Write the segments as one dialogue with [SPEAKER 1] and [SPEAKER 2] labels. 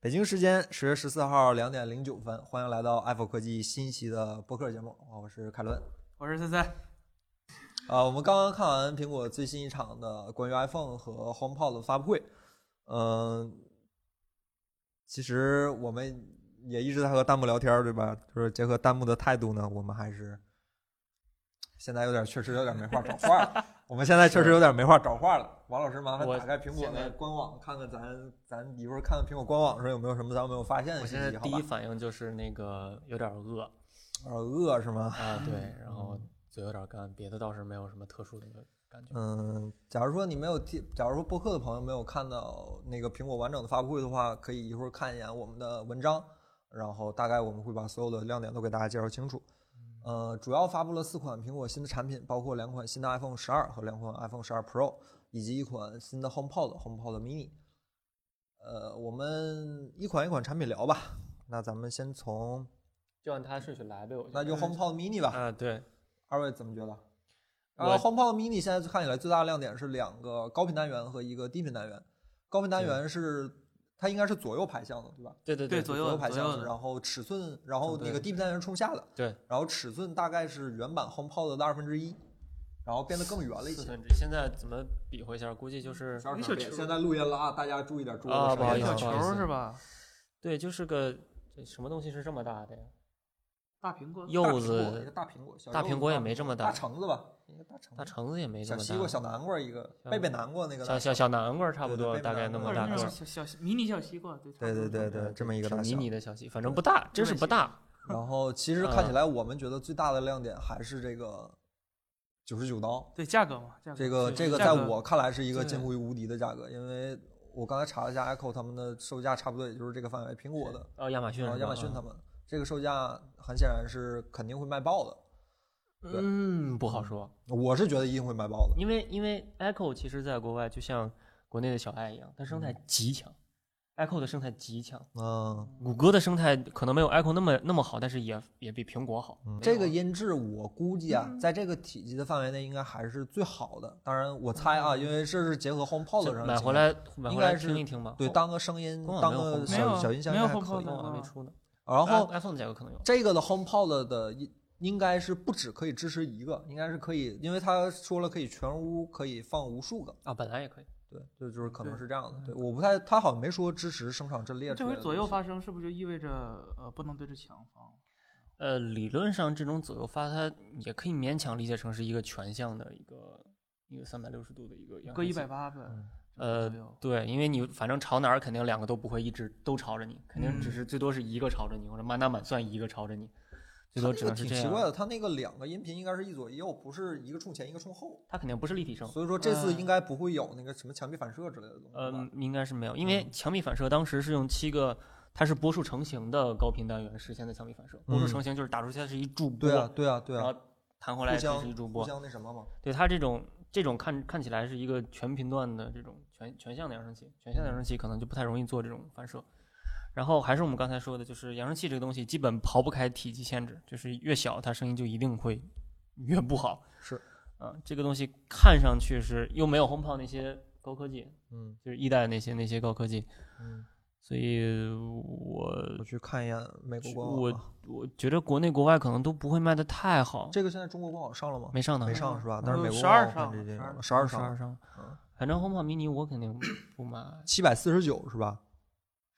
[SPEAKER 1] 北京时间十月十四号两点零九分，欢迎来到 Apple 科技新一期的播客节目，我是凯伦。
[SPEAKER 2] 我是森森。
[SPEAKER 1] 啊，我们刚刚看完苹果最新一场的关于 iPhone 和 HomePod 的发布会，嗯、其实我们也一直在和弹幕聊天儿，对吧？就是结合弹幕的态度呢，我们还是现在有点确实有点没话找话了。我们现在确实有点没话找话了。王老师，麻烦
[SPEAKER 2] 我
[SPEAKER 1] 打开苹果
[SPEAKER 2] 现在
[SPEAKER 1] 的官网，看看咱咱一会儿看看苹果官网上有没有什么咱们没有发现的
[SPEAKER 2] 我
[SPEAKER 1] 信
[SPEAKER 2] 现在
[SPEAKER 1] 息，好
[SPEAKER 2] 第
[SPEAKER 1] 吧
[SPEAKER 2] 一？反应就是那个有点 饿
[SPEAKER 1] 有点饿是吗？
[SPEAKER 2] 啊，对，
[SPEAKER 1] 嗯
[SPEAKER 2] 然后嘴有点干，别的倒是没有什么特殊的感觉。
[SPEAKER 1] 嗯，假如说你没有听，假如说播客的朋友没有看到那个苹果完整的发布会的话，可以一会儿看一眼我们的文章，然后大概我们会把所有的亮点都给大家介绍清楚。呃，主要发布了四款苹果新的产品，包括两款新的 iPhone 十二和两款 iPhone 十二 Pro，以及一款新的 HomePod、HomePod Mini。呃，我们一款一款产品聊吧。那咱们先从
[SPEAKER 2] 就按他顺序来呗，我觉
[SPEAKER 1] 那
[SPEAKER 2] 得
[SPEAKER 1] 就 HomePod Mini 吧。
[SPEAKER 2] 啊，对，
[SPEAKER 1] 二位怎么觉得？
[SPEAKER 2] 我
[SPEAKER 1] 呃，HomePod Mini 现在看起来最大的亮点是两个高频单元和一个低频单元。高频单元是它应该是左右排向的，对吧？
[SPEAKER 2] 对对
[SPEAKER 1] 左
[SPEAKER 2] 对，
[SPEAKER 1] 右排
[SPEAKER 3] 左
[SPEAKER 1] 向
[SPEAKER 3] 右的
[SPEAKER 1] 然后尺寸，然后
[SPEAKER 2] 对
[SPEAKER 1] 那个低频单元是冲下的，
[SPEAKER 2] 对，
[SPEAKER 1] 然后尺寸大概是原版 HomePod 的二分之一，然后变得更圆了一
[SPEAKER 2] 四
[SPEAKER 1] 些。
[SPEAKER 2] 分之一。现在怎么比划一下？估计就是
[SPEAKER 1] 12
[SPEAKER 3] 一个
[SPEAKER 1] 点
[SPEAKER 3] 球
[SPEAKER 1] 现在录音了啊，大家注意点桌子
[SPEAKER 2] 啊
[SPEAKER 1] 声音。
[SPEAKER 2] 不好意
[SPEAKER 3] 一
[SPEAKER 2] 思
[SPEAKER 3] 个
[SPEAKER 2] 不
[SPEAKER 3] 球
[SPEAKER 2] 好意思
[SPEAKER 3] 儿是吧？
[SPEAKER 2] 对，就是个这什么东西是这么大的呀？
[SPEAKER 3] 大苹果，
[SPEAKER 1] 大苹
[SPEAKER 2] 柚
[SPEAKER 1] 果一
[SPEAKER 2] 子
[SPEAKER 1] 个、大苹果，小
[SPEAKER 2] 大
[SPEAKER 1] 柚子
[SPEAKER 2] 苹果也没这么
[SPEAKER 1] 大
[SPEAKER 2] 大，
[SPEAKER 1] 橙子吧，一个大橙
[SPEAKER 2] 大
[SPEAKER 1] 子，
[SPEAKER 2] 橙子也没这
[SPEAKER 1] 小
[SPEAKER 2] 么
[SPEAKER 1] 西瓜、
[SPEAKER 2] 大，
[SPEAKER 1] 小南瓜一个，
[SPEAKER 2] 像
[SPEAKER 1] 贝贝南瓜那个大
[SPEAKER 2] 小小小南瓜差不
[SPEAKER 1] 对对
[SPEAKER 2] 多，
[SPEAKER 1] 贝
[SPEAKER 2] 大概
[SPEAKER 1] 南
[SPEAKER 2] 那
[SPEAKER 1] 瓜
[SPEAKER 2] 么
[SPEAKER 3] 或者
[SPEAKER 2] 大
[SPEAKER 3] 那
[SPEAKER 2] 个
[SPEAKER 3] 种
[SPEAKER 2] 儿。
[SPEAKER 3] 小小迷你小西瓜，对，差
[SPEAKER 1] 对
[SPEAKER 3] 不
[SPEAKER 1] 对
[SPEAKER 3] 多
[SPEAKER 1] 对
[SPEAKER 3] 这么
[SPEAKER 1] 对，
[SPEAKER 2] 嗯
[SPEAKER 1] 这么一个
[SPEAKER 2] 挺
[SPEAKER 1] 大
[SPEAKER 2] 迷
[SPEAKER 1] 小。
[SPEAKER 2] 你的小西，反正不大，真是不大。
[SPEAKER 1] 然后其实
[SPEAKER 2] 嗯
[SPEAKER 1] 看起来，我们觉得最大的亮点还是这个九十九刀，
[SPEAKER 3] 对价格嘛，价格
[SPEAKER 1] 这个
[SPEAKER 2] 是
[SPEAKER 1] 这个在
[SPEAKER 3] 价格
[SPEAKER 1] 我看来是一个
[SPEAKER 2] 对
[SPEAKER 1] 近乎于无敌的价格，因为我刚才查了一下 Echo 他们的售价差不多也就是这个范围，苹果的，
[SPEAKER 2] 哦，亚马逊
[SPEAKER 1] 然
[SPEAKER 2] 是吧，
[SPEAKER 1] 后亚马逊他
[SPEAKER 2] 啊
[SPEAKER 1] 们这个售价很显然是肯定会卖爆的，对
[SPEAKER 2] 嗯，不好说。
[SPEAKER 1] 我是觉得一定会卖爆的。
[SPEAKER 2] 因为因为 Echo 其实在国外就像国内的小爱一样，它生态极强、e c h o 的生态极强，
[SPEAKER 1] 嗯
[SPEAKER 2] 谷歌的生态可能没有 Echo 那么那么好，但是也也比苹果好。
[SPEAKER 1] 嗯，这个音质我估计啊，在这个体积的范围内应该还是最好的。当然我猜啊，因为这是结合 HomePod
[SPEAKER 2] 这
[SPEAKER 1] 上的
[SPEAKER 2] 嗯买
[SPEAKER 1] 情
[SPEAKER 2] 回
[SPEAKER 1] 况
[SPEAKER 2] 来买
[SPEAKER 1] 应
[SPEAKER 2] 回
[SPEAKER 1] 该
[SPEAKER 2] 来
[SPEAKER 1] 是
[SPEAKER 2] 听一听吧。
[SPEAKER 1] 对
[SPEAKER 2] 后
[SPEAKER 1] 当个声音
[SPEAKER 2] 官网
[SPEAKER 1] 当
[SPEAKER 2] 没有
[SPEAKER 1] 个
[SPEAKER 2] HomePod
[SPEAKER 3] 没
[SPEAKER 1] 小
[SPEAKER 3] 有
[SPEAKER 1] 小音箱
[SPEAKER 3] 没
[SPEAKER 1] 应
[SPEAKER 3] 有
[SPEAKER 1] 该还可以啊
[SPEAKER 3] HomePod
[SPEAKER 2] 官。网还没
[SPEAKER 3] 哦
[SPEAKER 2] 出呢。
[SPEAKER 1] 然后
[SPEAKER 2] i- iPhone 的价格可能有。
[SPEAKER 1] 这个的 HomePod 的一应该是不止可以支持一个，应该是可以，因为他说了可以全屋可以放无数个，
[SPEAKER 2] 啊，本来也可以，
[SPEAKER 1] 对，就就是可能是这样的。对，我不太，他好像没说支持声场阵列之
[SPEAKER 3] 这
[SPEAKER 1] 类的东西。
[SPEAKER 3] 回左右发声是不是就意味着呃不能对着墙放？
[SPEAKER 2] 呃，理论上这种左右发，它也可以勉强理解成是一个全向的一个一个三百六十度的一个扬
[SPEAKER 3] 搁
[SPEAKER 2] 声
[SPEAKER 3] 一
[SPEAKER 2] 器
[SPEAKER 3] 百八呗
[SPEAKER 1] 嗯，
[SPEAKER 2] 呃
[SPEAKER 3] 左右，
[SPEAKER 2] 对，因为你反正朝哪儿，肯定两个都不会一直都朝着你，肯定只
[SPEAKER 3] 嗯
[SPEAKER 2] 是最多是一个朝着你，或者满打满算一个朝着你，
[SPEAKER 1] 它
[SPEAKER 2] 最多
[SPEAKER 1] 那
[SPEAKER 2] 只
[SPEAKER 1] 个
[SPEAKER 2] 能是
[SPEAKER 1] 挺
[SPEAKER 2] 这
[SPEAKER 1] 奇
[SPEAKER 2] 样。
[SPEAKER 1] 怪的，他那个两个音频应该是一左一右，不是一个冲前一个冲后，
[SPEAKER 2] 它肯定不是立体声，
[SPEAKER 1] 所以说这次
[SPEAKER 3] 嗯
[SPEAKER 1] 应该不会有那个什么墙壁反射之类的东西吧。
[SPEAKER 2] 嗯，应该是没有，因为墙壁反射当时是用七个，它是波束成型的高频单元实现的墙壁反射。波
[SPEAKER 1] 嗯
[SPEAKER 2] 束成型就是打出去它是一柱波，
[SPEAKER 1] 对啊，对啊，对
[SPEAKER 2] 然
[SPEAKER 1] 啊，
[SPEAKER 2] 后弹回来
[SPEAKER 1] 互
[SPEAKER 2] 它
[SPEAKER 1] 相
[SPEAKER 2] 是一柱
[SPEAKER 1] 互
[SPEAKER 2] 波。
[SPEAKER 1] 相那什么嘛。嗯
[SPEAKER 2] 对它这种这种看看起来是一个全频段的这种全全向的扬声器，全向的扬声器可能就不太容易做这种反射。然后还是我们刚才说的，就是扬声器这个东西基本逃不开体积限制，就是越小它声音就一定会越不好。
[SPEAKER 1] 是，
[SPEAKER 2] 啊、这个东西看上去是又没有 HomePod 那些高科技，
[SPEAKER 1] 嗯
[SPEAKER 2] 就是一代那些那些高科技，
[SPEAKER 1] 嗯，
[SPEAKER 2] 所以我
[SPEAKER 1] 我去看一眼美国官网
[SPEAKER 2] 我
[SPEAKER 1] 吧。
[SPEAKER 2] 我觉得国内国外可能都不会卖的太好，
[SPEAKER 1] 这个现在中国官网上了吗？
[SPEAKER 2] 没上呢，
[SPEAKER 1] 没上是吧？
[SPEAKER 3] 嗯
[SPEAKER 1] 但是美国
[SPEAKER 3] 12
[SPEAKER 1] 官网
[SPEAKER 3] 上
[SPEAKER 1] 看这
[SPEAKER 3] 了
[SPEAKER 1] 这
[SPEAKER 3] 12
[SPEAKER 1] 十二
[SPEAKER 2] 十
[SPEAKER 1] 上了
[SPEAKER 2] 二上
[SPEAKER 1] 嗯，
[SPEAKER 2] 反正 HomePod mini 我肯定不买，
[SPEAKER 1] 七百四十九是吧？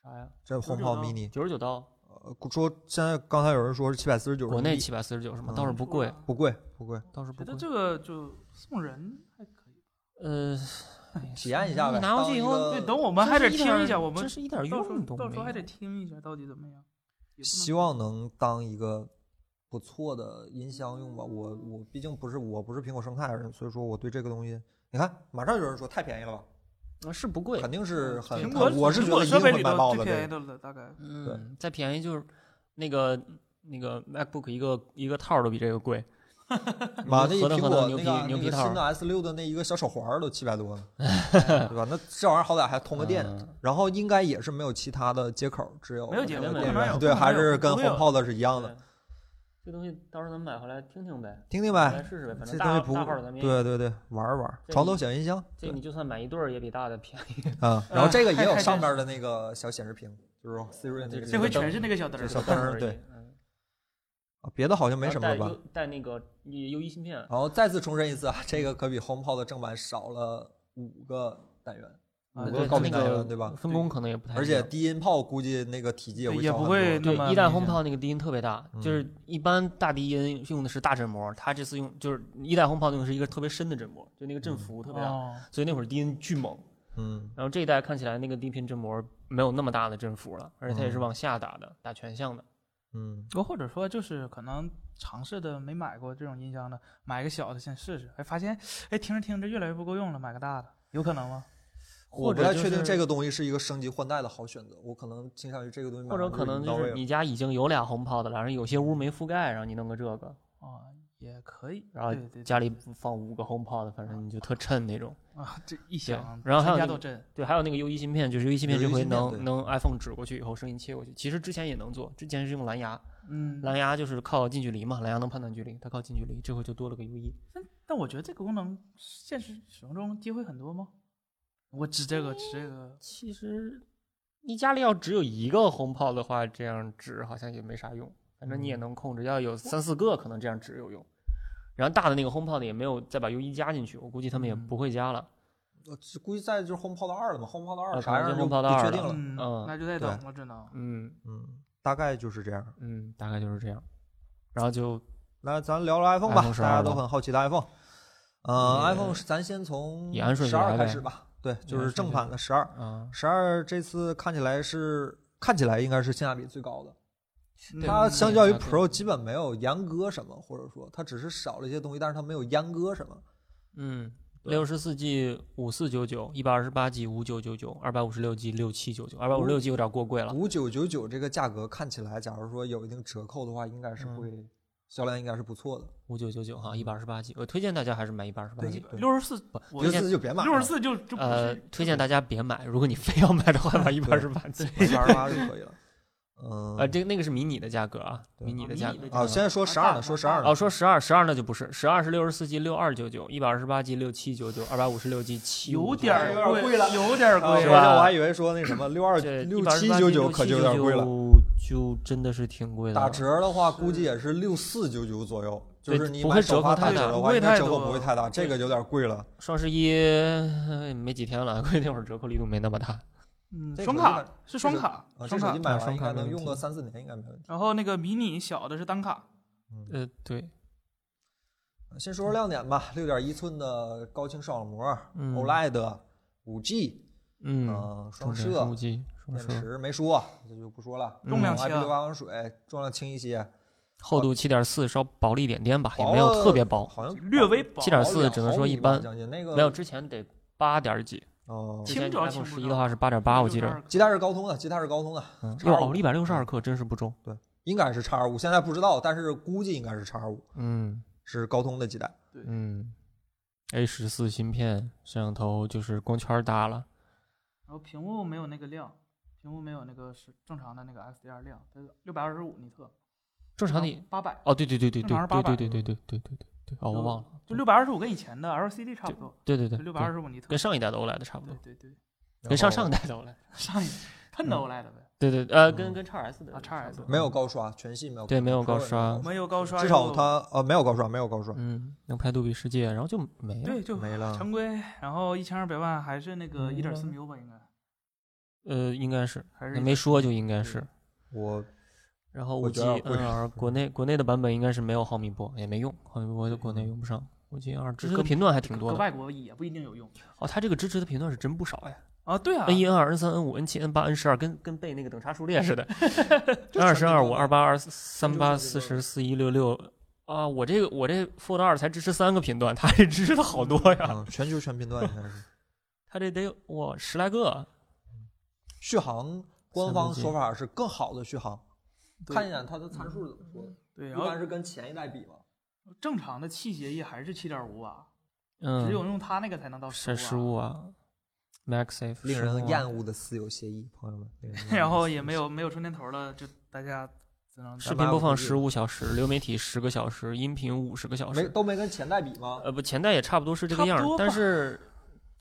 [SPEAKER 2] 啥呀？
[SPEAKER 1] 这
[SPEAKER 3] 99
[SPEAKER 1] HomePod
[SPEAKER 3] 刀
[SPEAKER 1] mini，
[SPEAKER 2] 九十九刀，
[SPEAKER 1] 呃，说现在刚才有人说是七百四十九，
[SPEAKER 2] 国内七百四十九是吗？
[SPEAKER 1] 嗯
[SPEAKER 2] 倒是不贵，
[SPEAKER 1] 不贵不贵，
[SPEAKER 2] 倒是不
[SPEAKER 3] 觉
[SPEAKER 2] 贵
[SPEAKER 3] 得。这个就送人还可以。
[SPEAKER 2] 呃，
[SPEAKER 3] 嗯
[SPEAKER 1] 体验一下呗。
[SPEAKER 2] 拿回去以后
[SPEAKER 1] 当呃一
[SPEAKER 3] 对，
[SPEAKER 1] 个
[SPEAKER 3] 等我们还得听一下，我
[SPEAKER 2] 真
[SPEAKER 3] 们
[SPEAKER 2] 是一点
[SPEAKER 3] 到时候
[SPEAKER 2] 用都
[SPEAKER 3] 到时候
[SPEAKER 2] 没
[SPEAKER 3] 还得
[SPEAKER 2] 有。
[SPEAKER 3] 听一下到底怎么样。也不能
[SPEAKER 1] 希望能当一个不错的音箱用吧。我我毕竟不是我不是苹果生态的人，所以说我对这个东西，你看马上有人说太便宜了吧，
[SPEAKER 2] 啊是不贵
[SPEAKER 1] 肯，定是很
[SPEAKER 3] 苹，果
[SPEAKER 1] 很我是
[SPEAKER 3] 苹
[SPEAKER 1] 觉
[SPEAKER 3] 果
[SPEAKER 1] 得一
[SPEAKER 3] 设
[SPEAKER 1] 定
[SPEAKER 3] 备
[SPEAKER 1] 会
[SPEAKER 3] 里
[SPEAKER 1] 卖
[SPEAKER 3] 头
[SPEAKER 1] 爆
[SPEAKER 3] 最
[SPEAKER 1] 的。
[SPEAKER 3] 便宜
[SPEAKER 1] 对
[SPEAKER 3] 的了，大概
[SPEAKER 2] 嗯，再便宜就是那个那个 MacBook 一个一个套儿都比这个贵。
[SPEAKER 3] 嗯
[SPEAKER 1] 妈那
[SPEAKER 2] 合同
[SPEAKER 1] 苹
[SPEAKER 2] 合
[SPEAKER 1] 果
[SPEAKER 2] 同牛
[SPEAKER 1] 那
[SPEAKER 2] 皮
[SPEAKER 1] 个
[SPEAKER 2] 牛
[SPEAKER 1] 那个
[SPEAKER 2] 皮套
[SPEAKER 1] 新的
[SPEAKER 2] 儿，
[SPEAKER 1] S 六的那一个小手环儿都七百 多呢，对吧？那这玩意儿好歹还通个电，
[SPEAKER 2] 嗯
[SPEAKER 1] 然后应该也是没有其他的接口，只有
[SPEAKER 3] 没有
[SPEAKER 1] 那
[SPEAKER 3] 接
[SPEAKER 1] 个
[SPEAKER 2] 口
[SPEAKER 1] 电
[SPEAKER 2] 不能
[SPEAKER 1] 源
[SPEAKER 3] 有
[SPEAKER 1] 对，
[SPEAKER 3] 不能
[SPEAKER 1] 还
[SPEAKER 3] 有
[SPEAKER 1] 是跟
[SPEAKER 3] 不能有
[SPEAKER 1] HomePod 是一样的
[SPEAKER 2] 对。这东西到时候咱们买回来听听呗，
[SPEAKER 1] 听听
[SPEAKER 2] 来
[SPEAKER 1] 呗，
[SPEAKER 2] 试试呗，反
[SPEAKER 1] 这
[SPEAKER 2] 正
[SPEAKER 1] 东西
[SPEAKER 2] 大
[SPEAKER 1] 不
[SPEAKER 2] 大号儿咱们也
[SPEAKER 1] 对对对，玩儿玩儿，
[SPEAKER 2] 这嗯
[SPEAKER 1] 床头小音箱
[SPEAKER 2] 这你就算买一对儿也比大的便宜。
[SPEAKER 1] 啊。然后这个也
[SPEAKER 3] 还
[SPEAKER 1] 有
[SPEAKER 3] 还
[SPEAKER 1] 上
[SPEAKER 3] 真
[SPEAKER 1] 面的那个小显示屏，就是 Siri 那个
[SPEAKER 3] 这回
[SPEAKER 1] 灯
[SPEAKER 3] 全是那个小灯
[SPEAKER 1] 这
[SPEAKER 3] 儿
[SPEAKER 1] 小灯儿
[SPEAKER 2] 而已
[SPEAKER 1] 对，
[SPEAKER 2] 嗯
[SPEAKER 1] 啊别的好像没
[SPEAKER 2] 然后
[SPEAKER 1] 什么了
[SPEAKER 2] 带
[SPEAKER 1] 吧？
[SPEAKER 2] U- 带那个 U 一芯片，
[SPEAKER 1] 然后再次重申一次啊，这个可比 HomePod 的正版少了五个单元，
[SPEAKER 3] 啊
[SPEAKER 1] 五
[SPEAKER 3] 对
[SPEAKER 1] 个
[SPEAKER 3] 它
[SPEAKER 1] 高
[SPEAKER 3] 那
[SPEAKER 1] 频
[SPEAKER 2] 那
[SPEAKER 1] 单元，
[SPEAKER 2] 个
[SPEAKER 1] 对吧？
[SPEAKER 2] 分工可能也不太一样，
[SPEAKER 1] 而且低音炮估计那个体积也
[SPEAKER 3] 对
[SPEAKER 1] 会
[SPEAKER 3] 也
[SPEAKER 1] 小
[SPEAKER 3] 不
[SPEAKER 1] 很
[SPEAKER 3] 会
[SPEAKER 1] 多
[SPEAKER 2] 对
[SPEAKER 3] 那么
[SPEAKER 2] 一代
[SPEAKER 3] 明显
[SPEAKER 2] HomePod 那个低音特别大，
[SPEAKER 1] 嗯
[SPEAKER 2] 就是一般大低音用的是大振膜，它这次用就是一代 HomePod 用的是一个特别深的振膜，就那个振幅特别大，
[SPEAKER 3] 哦，
[SPEAKER 2] 所以那会儿低音巨猛。
[SPEAKER 1] 嗯
[SPEAKER 2] 然后这一代看起来那个低频振膜没有那么大的振幅了，而且它也是
[SPEAKER 1] 嗯
[SPEAKER 2] 往下打的，打全向的。
[SPEAKER 1] 嗯，
[SPEAKER 3] 我或者说就是可能尝试的没买过这种音箱的，买个小的先试试，哎，发现哎听着听着越来越不够用了，买个大的，有可能吗？
[SPEAKER 1] 我不
[SPEAKER 2] 或者
[SPEAKER 1] 太
[SPEAKER 2] 就
[SPEAKER 1] 确定
[SPEAKER 2] 是
[SPEAKER 1] 这个东西是一个升级换代的好选择，我可能倾向于这个东西买
[SPEAKER 2] 或者
[SPEAKER 1] 完就
[SPEAKER 2] 可能
[SPEAKER 1] 已经到
[SPEAKER 2] 就
[SPEAKER 1] 位
[SPEAKER 2] 是
[SPEAKER 1] 了
[SPEAKER 2] 你家已经有俩 HomePod 了，然后有些屋没覆盖，然后你弄个这个，
[SPEAKER 3] 哦，也可以。
[SPEAKER 2] 然后
[SPEAKER 3] 对对对
[SPEAKER 2] 家里放五个 HomePod，反正你就特衬那种。
[SPEAKER 3] 啊，这一想，
[SPEAKER 2] 然后还有
[SPEAKER 3] 全家
[SPEAKER 2] 那
[SPEAKER 3] 都
[SPEAKER 2] 个
[SPEAKER 3] 震，
[SPEAKER 2] 对，还有那个 U 1芯片，就是 U 1芯片
[SPEAKER 1] U1
[SPEAKER 2] 这回
[SPEAKER 1] 芯片对
[SPEAKER 2] 能能 iPhone 指过去以后声音切过去，其实之前也能做，之前是用蓝牙，
[SPEAKER 3] 嗯，
[SPEAKER 2] 蓝牙就是靠近距离嘛，蓝牙能判断距离，它靠近距离，这回就多了个 U 1
[SPEAKER 3] 但我觉得这个功能现实使用中机会很多吗？我指这个，指这个，
[SPEAKER 2] 其实你家里要只有一个 HomePod 的话，这样指好像也没啥用，反正你也能控制。要有三四个，可能这样指有用。然后大的那个 HomePod 也没有再把 U 1加进去，我估计他们也
[SPEAKER 3] 嗯
[SPEAKER 2] 不会加了。
[SPEAKER 1] 我估计呃在就是 HomePod 二了嘛，HomePod 二
[SPEAKER 2] 啊
[SPEAKER 1] 啥
[SPEAKER 2] 可
[SPEAKER 1] 样
[SPEAKER 2] 能
[SPEAKER 1] 就
[SPEAKER 2] 就
[SPEAKER 1] 不
[SPEAKER 2] HomePod 二
[SPEAKER 1] 确
[SPEAKER 2] 了
[SPEAKER 1] 定了，
[SPEAKER 3] 嗯，
[SPEAKER 2] 嗯
[SPEAKER 3] 那就再
[SPEAKER 1] 对
[SPEAKER 3] 等了，只能。
[SPEAKER 2] 嗯
[SPEAKER 1] 嗯，大概就是这样。
[SPEAKER 2] 嗯，大概就是这样。然后就
[SPEAKER 1] 来，咱聊聊 iPhone 吧
[SPEAKER 2] iPhone 12
[SPEAKER 1] 大家都
[SPEAKER 2] 吧
[SPEAKER 1] 很好奇的 iPhone。呃
[SPEAKER 2] 也
[SPEAKER 1] ，iPhone 是咱先从
[SPEAKER 2] 也按顺序
[SPEAKER 1] 十二
[SPEAKER 2] 来
[SPEAKER 1] 开
[SPEAKER 2] 呗
[SPEAKER 1] 始吧，对，就
[SPEAKER 2] 按
[SPEAKER 1] 是
[SPEAKER 2] 顺
[SPEAKER 1] 正
[SPEAKER 2] 序
[SPEAKER 1] 版的十二。
[SPEAKER 2] 啊，
[SPEAKER 1] 十二这次看起来是看起来应该是性价比最高的，
[SPEAKER 3] 嗯
[SPEAKER 1] 它相较于
[SPEAKER 2] 价格
[SPEAKER 1] Pro 基本没有阉割什么，或者说它只是少了一些东西，但是它没有阉割什么。
[SPEAKER 2] 嗯，
[SPEAKER 1] 对
[SPEAKER 2] 六十四 G 五四九九，一百二十八 G 五九九九，二百五十六 G 六七九九，二百五十六 G 有点过贵了。
[SPEAKER 1] 五九九九这个价格看起来，假如说有一定折扣的话，应该是会、销量应该是不错的。
[SPEAKER 2] 五九九九哈，一百二十八 G，我推荐大家还是买一百二十八 G。
[SPEAKER 3] 六十四，
[SPEAKER 1] 嗯
[SPEAKER 3] 我
[SPEAKER 1] 六十四就别买了，
[SPEAKER 3] 六十四就就不
[SPEAKER 2] 呃
[SPEAKER 3] 是，
[SPEAKER 2] 推荐大家别买，如果你非要买的话，买一百二十八 G。
[SPEAKER 1] 二十八就可以了。嗯
[SPEAKER 2] 啊，这个那个是迷你的价格啊，
[SPEAKER 1] 对
[SPEAKER 2] 迷你的
[SPEAKER 3] 迷
[SPEAKER 2] 价
[SPEAKER 3] 你
[SPEAKER 2] 格
[SPEAKER 3] 的。
[SPEAKER 1] 啊，现在说十二呢，说十二呢
[SPEAKER 2] 哦，，说十二，十二那就不是，十二是六十四 G 六二九九，一百二十八 G 六七九九，二百五十六 G 七
[SPEAKER 3] 有点
[SPEAKER 1] 有点
[SPEAKER 3] 儿
[SPEAKER 1] 贵了
[SPEAKER 3] 有点儿
[SPEAKER 1] 啊
[SPEAKER 3] 贵
[SPEAKER 2] 是
[SPEAKER 1] 我
[SPEAKER 2] 吧
[SPEAKER 1] 还我还以为说那什么六二
[SPEAKER 2] 这
[SPEAKER 1] 六七九九可就有点贵了。，
[SPEAKER 2] 就真的是挺贵的。
[SPEAKER 1] 打折的话，
[SPEAKER 3] 是
[SPEAKER 1] 估计也是六四九九左右，就
[SPEAKER 2] 啊对
[SPEAKER 1] 是你
[SPEAKER 2] 不
[SPEAKER 1] 买
[SPEAKER 2] 会
[SPEAKER 1] 首
[SPEAKER 2] 折扣
[SPEAKER 1] 发
[SPEAKER 2] 太
[SPEAKER 1] 打折
[SPEAKER 2] 大
[SPEAKER 1] 的
[SPEAKER 3] 不
[SPEAKER 1] 话，
[SPEAKER 3] 会
[SPEAKER 1] 应该
[SPEAKER 3] 太
[SPEAKER 1] 折扣
[SPEAKER 3] 多
[SPEAKER 1] 不会太大，这个有点贵了。
[SPEAKER 2] 双十一呃没几天了，估 计那会儿折扣力度没那么大。
[SPEAKER 3] 嗯，
[SPEAKER 1] 这
[SPEAKER 3] 双
[SPEAKER 1] 手机
[SPEAKER 3] 卡
[SPEAKER 1] 买
[SPEAKER 3] 是双卡
[SPEAKER 1] 啊，，这
[SPEAKER 3] 双
[SPEAKER 1] 手
[SPEAKER 3] 卡
[SPEAKER 1] 机。买
[SPEAKER 2] 啊
[SPEAKER 1] 完
[SPEAKER 2] 双
[SPEAKER 1] 应
[SPEAKER 2] 卡
[SPEAKER 1] 该
[SPEAKER 2] 没
[SPEAKER 1] 能
[SPEAKER 2] 问
[SPEAKER 1] 用个
[SPEAKER 2] 题
[SPEAKER 1] 三四年，应该没问题。
[SPEAKER 3] 然后那个迷你小的是单卡，
[SPEAKER 2] 呃，对，
[SPEAKER 1] 先说说亮点吧，六点一寸的高清视网膜
[SPEAKER 2] 嗯
[SPEAKER 1] ，OLED，五 G，
[SPEAKER 2] 嗯，
[SPEAKER 1] 嗯，双
[SPEAKER 2] 重点
[SPEAKER 1] 摄
[SPEAKER 2] 无，机，双
[SPEAKER 1] 电
[SPEAKER 2] 摄，
[SPEAKER 1] 池没说，这就不说了。
[SPEAKER 2] 嗯
[SPEAKER 3] 重量
[SPEAKER 1] 还
[SPEAKER 3] 轻
[SPEAKER 1] 比六八王水，重量轻一些，
[SPEAKER 2] 厚度七点四，稍薄了一点点吧，也
[SPEAKER 1] 薄
[SPEAKER 2] 没有
[SPEAKER 1] 了
[SPEAKER 2] 特别薄，
[SPEAKER 1] 好像
[SPEAKER 3] 略微
[SPEAKER 2] 嗯
[SPEAKER 3] 薄
[SPEAKER 2] 七，点
[SPEAKER 1] 薄
[SPEAKER 2] 四
[SPEAKER 1] 两
[SPEAKER 2] 只能说
[SPEAKER 1] 毫
[SPEAKER 2] 一
[SPEAKER 1] 米吧
[SPEAKER 2] 般，
[SPEAKER 1] 将近那个
[SPEAKER 2] 没有之前得八点几，
[SPEAKER 1] 哦，
[SPEAKER 2] 之
[SPEAKER 3] 轻
[SPEAKER 2] 前
[SPEAKER 3] 着轻
[SPEAKER 2] iPhone
[SPEAKER 3] 不
[SPEAKER 2] 十一
[SPEAKER 3] 着
[SPEAKER 2] 的话是八点八，我记着，
[SPEAKER 3] 62
[SPEAKER 1] 吉他是高通的，吉他是高通的，
[SPEAKER 2] 嗯，
[SPEAKER 1] 叉
[SPEAKER 2] 又
[SPEAKER 1] 五
[SPEAKER 2] 熬了一百六十二克，真是不中，
[SPEAKER 1] 应该是叉五，现在不知道，但是估计应该是叉五，
[SPEAKER 2] 嗯
[SPEAKER 1] 是高通的几代。
[SPEAKER 2] 嗯。A 十四芯片，摄像头就是光圈大了，
[SPEAKER 3] 然后屏幕没有那个亮，屏幕没有那个是正常的那个 XDR 亮，它六百二十五尼特，
[SPEAKER 2] 正常的
[SPEAKER 3] 八百，
[SPEAKER 2] 哦，对对对对
[SPEAKER 3] 正
[SPEAKER 2] 对
[SPEAKER 3] 常是
[SPEAKER 2] 对
[SPEAKER 3] 800
[SPEAKER 2] 对对对对对对对，哦，我忘了，
[SPEAKER 3] 就六百二十五跟以前的 LCD 差不多，
[SPEAKER 2] 对对
[SPEAKER 3] 就
[SPEAKER 2] 对，
[SPEAKER 3] 六百
[SPEAKER 2] 对
[SPEAKER 3] 二十五尼特
[SPEAKER 2] 跟，上一代的 OLED 差不多
[SPEAKER 3] 对，对对，
[SPEAKER 2] 跟上
[SPEAKER 1] 然
[SPEAKER 2] 上
[SPEAKER 1] 后
[SPEAKER 2] 代的 OLED，
[SPEAKER 3] 上一喷的 OLED 呗，
[SPEAKER 2] 对对，呃，
[SPEAKER 1] 嗯
[SPEAKER 2] 跟跟 x S 的
[SPEAKER 3] 啊
[SPEAKER 2] 差不
[SPEAKER 3] XS
[SPEAKER 2] 多
[SPEAKER 1] 没有高刷，全系没有，
[SPEAKER 2] 对没有高刷
[SPEAKER 3] 没有高刷，
[SPEAKER 1] 至
[SPEAKER 3] 又
[SPEAKER 1] 少它呃没有高刷，没有高刷，
[SPEAKER 2] 嗯，能拍杜比世界，然后就没了。
[SPEAKER 3] 对就
[SPEAKER 1] 没了。
[SPEAKER 3] 常规，然后一千二百万还是那个一
[SPEAKER 2] 没
[SPEAKER 3] 点
[SPEAKER 2] 了
[SPEAKER 3] 四缪吧，应该
[SPEAKER 2] 呃，应该是
[SPEAKER 3] 还是
[SPEAKER 2] 没说就应该是。
[SPEAKER 1] 我
[SPEAKER 2] 然后
[SPEAKER 1] 我
[SPEAKER 2] 五
[SPEAKER 1] 觉
[SPEAKER 2] G
[SPEAKER 1] 得会
[SPEAKER 2] NR 国内国内的版本应该是没有毫米波，也没用，毫米波在国内
[SPEAKER 1] 嗯
[SPEAKER 2] 用不上。五 G NR 支持的
[SPEAKER 3] 跟
[SPEAKER 2] 频段还挺
[SPEAKER 3] 搁
[SPEAKER 2] 多
[SPEAKER 3] 搁
[SPEAKER 2] 的
[SPEAKER 3] 外国也不一定有用
[SPEAKER 2] 哦，它这个支持的频段是真不少呀
[SPEAKER 3] 啊，对啊
[SPEAKER 2] ，N 一、N 二、N 三、N 五、N 七、N 八、N 十二，跟跟背那个等差数列似的。
[SPEAKER 1] 就
[SPEAKER 2] N
[SPEAKER 1] 全
[SPEAKER 2] 二十
[SPEAKER 1] 都
[SPEAKER 2] 二
[SPEAKER 1] 用
[SPEAKER 2] 五、
[SPEAKER 1] 了
[SPEAKER 2] 二八、二三八、
[SPEAKER 1] 全都
[SPEAKER 2] 四
[SPEAKER 1] 是这
[SPEAKER 2] 十四一六六啊，我这个我这 Fold 二才支持三个频段，它这支持的好多呀，
[SPEAKER 1] 嗯，全球全频段应该是。
[SPEAKER 2] 它这得有哇十来个。
[SPEAKER 1] 续航官方说法是更好的续航，看一眼它的参数是怎么说的，
[SPEAKER 3] 啊对，
[SPEAKER 1] 一
[SPEAKER 3] 然后
[SPEAKER 1] 般是跟前一代比嘛。
[SPEAKER 3] 正常的气协议还是七点五瓦，
[SPEAKER 2] 嗯，
[SPEAKER 3] 只有用它那个才能到
[SPEAKER 2] 是
[SPEAKER 3] 十
[SPEAKER 2] 失 误啊，MaxSafe
[SPEAKER 1] 令人
[SPEAKER 2] 恶。
[SPEAKER 1] 厌恶的私有协议，朋友们。令
[SPEAKER 2] 嗯
[SPEAKER 1] 人厌恶的
[SPEAKER 3] 然后也没有没有充电头了，就大家只能
[SPEAKER 2] 视
[SPEAKER 1] 咱
[SPEAKER 2] 频
[SPEAKER 1] 拉
[SPEAKER 2] 播
[SPEAKER 1] 不
[SPEAKER 2] 放
[SPEAKER 1] 出去
[SPEAKER 2] 十五小时，流媒体十个小时，音频五十个小
[SPEAKER 1] 没
[SPEAKER 2] 时。
[SPEAKER 1] 都没跟前代比吗？
[SPEAKER 2] 呃，不，前代也差不多是这个样
[SPEAKER 3] 差不
[SPEAKER 2] 儿，
[SPEAKER 3] 多吧
[SPEAKER 2] 但是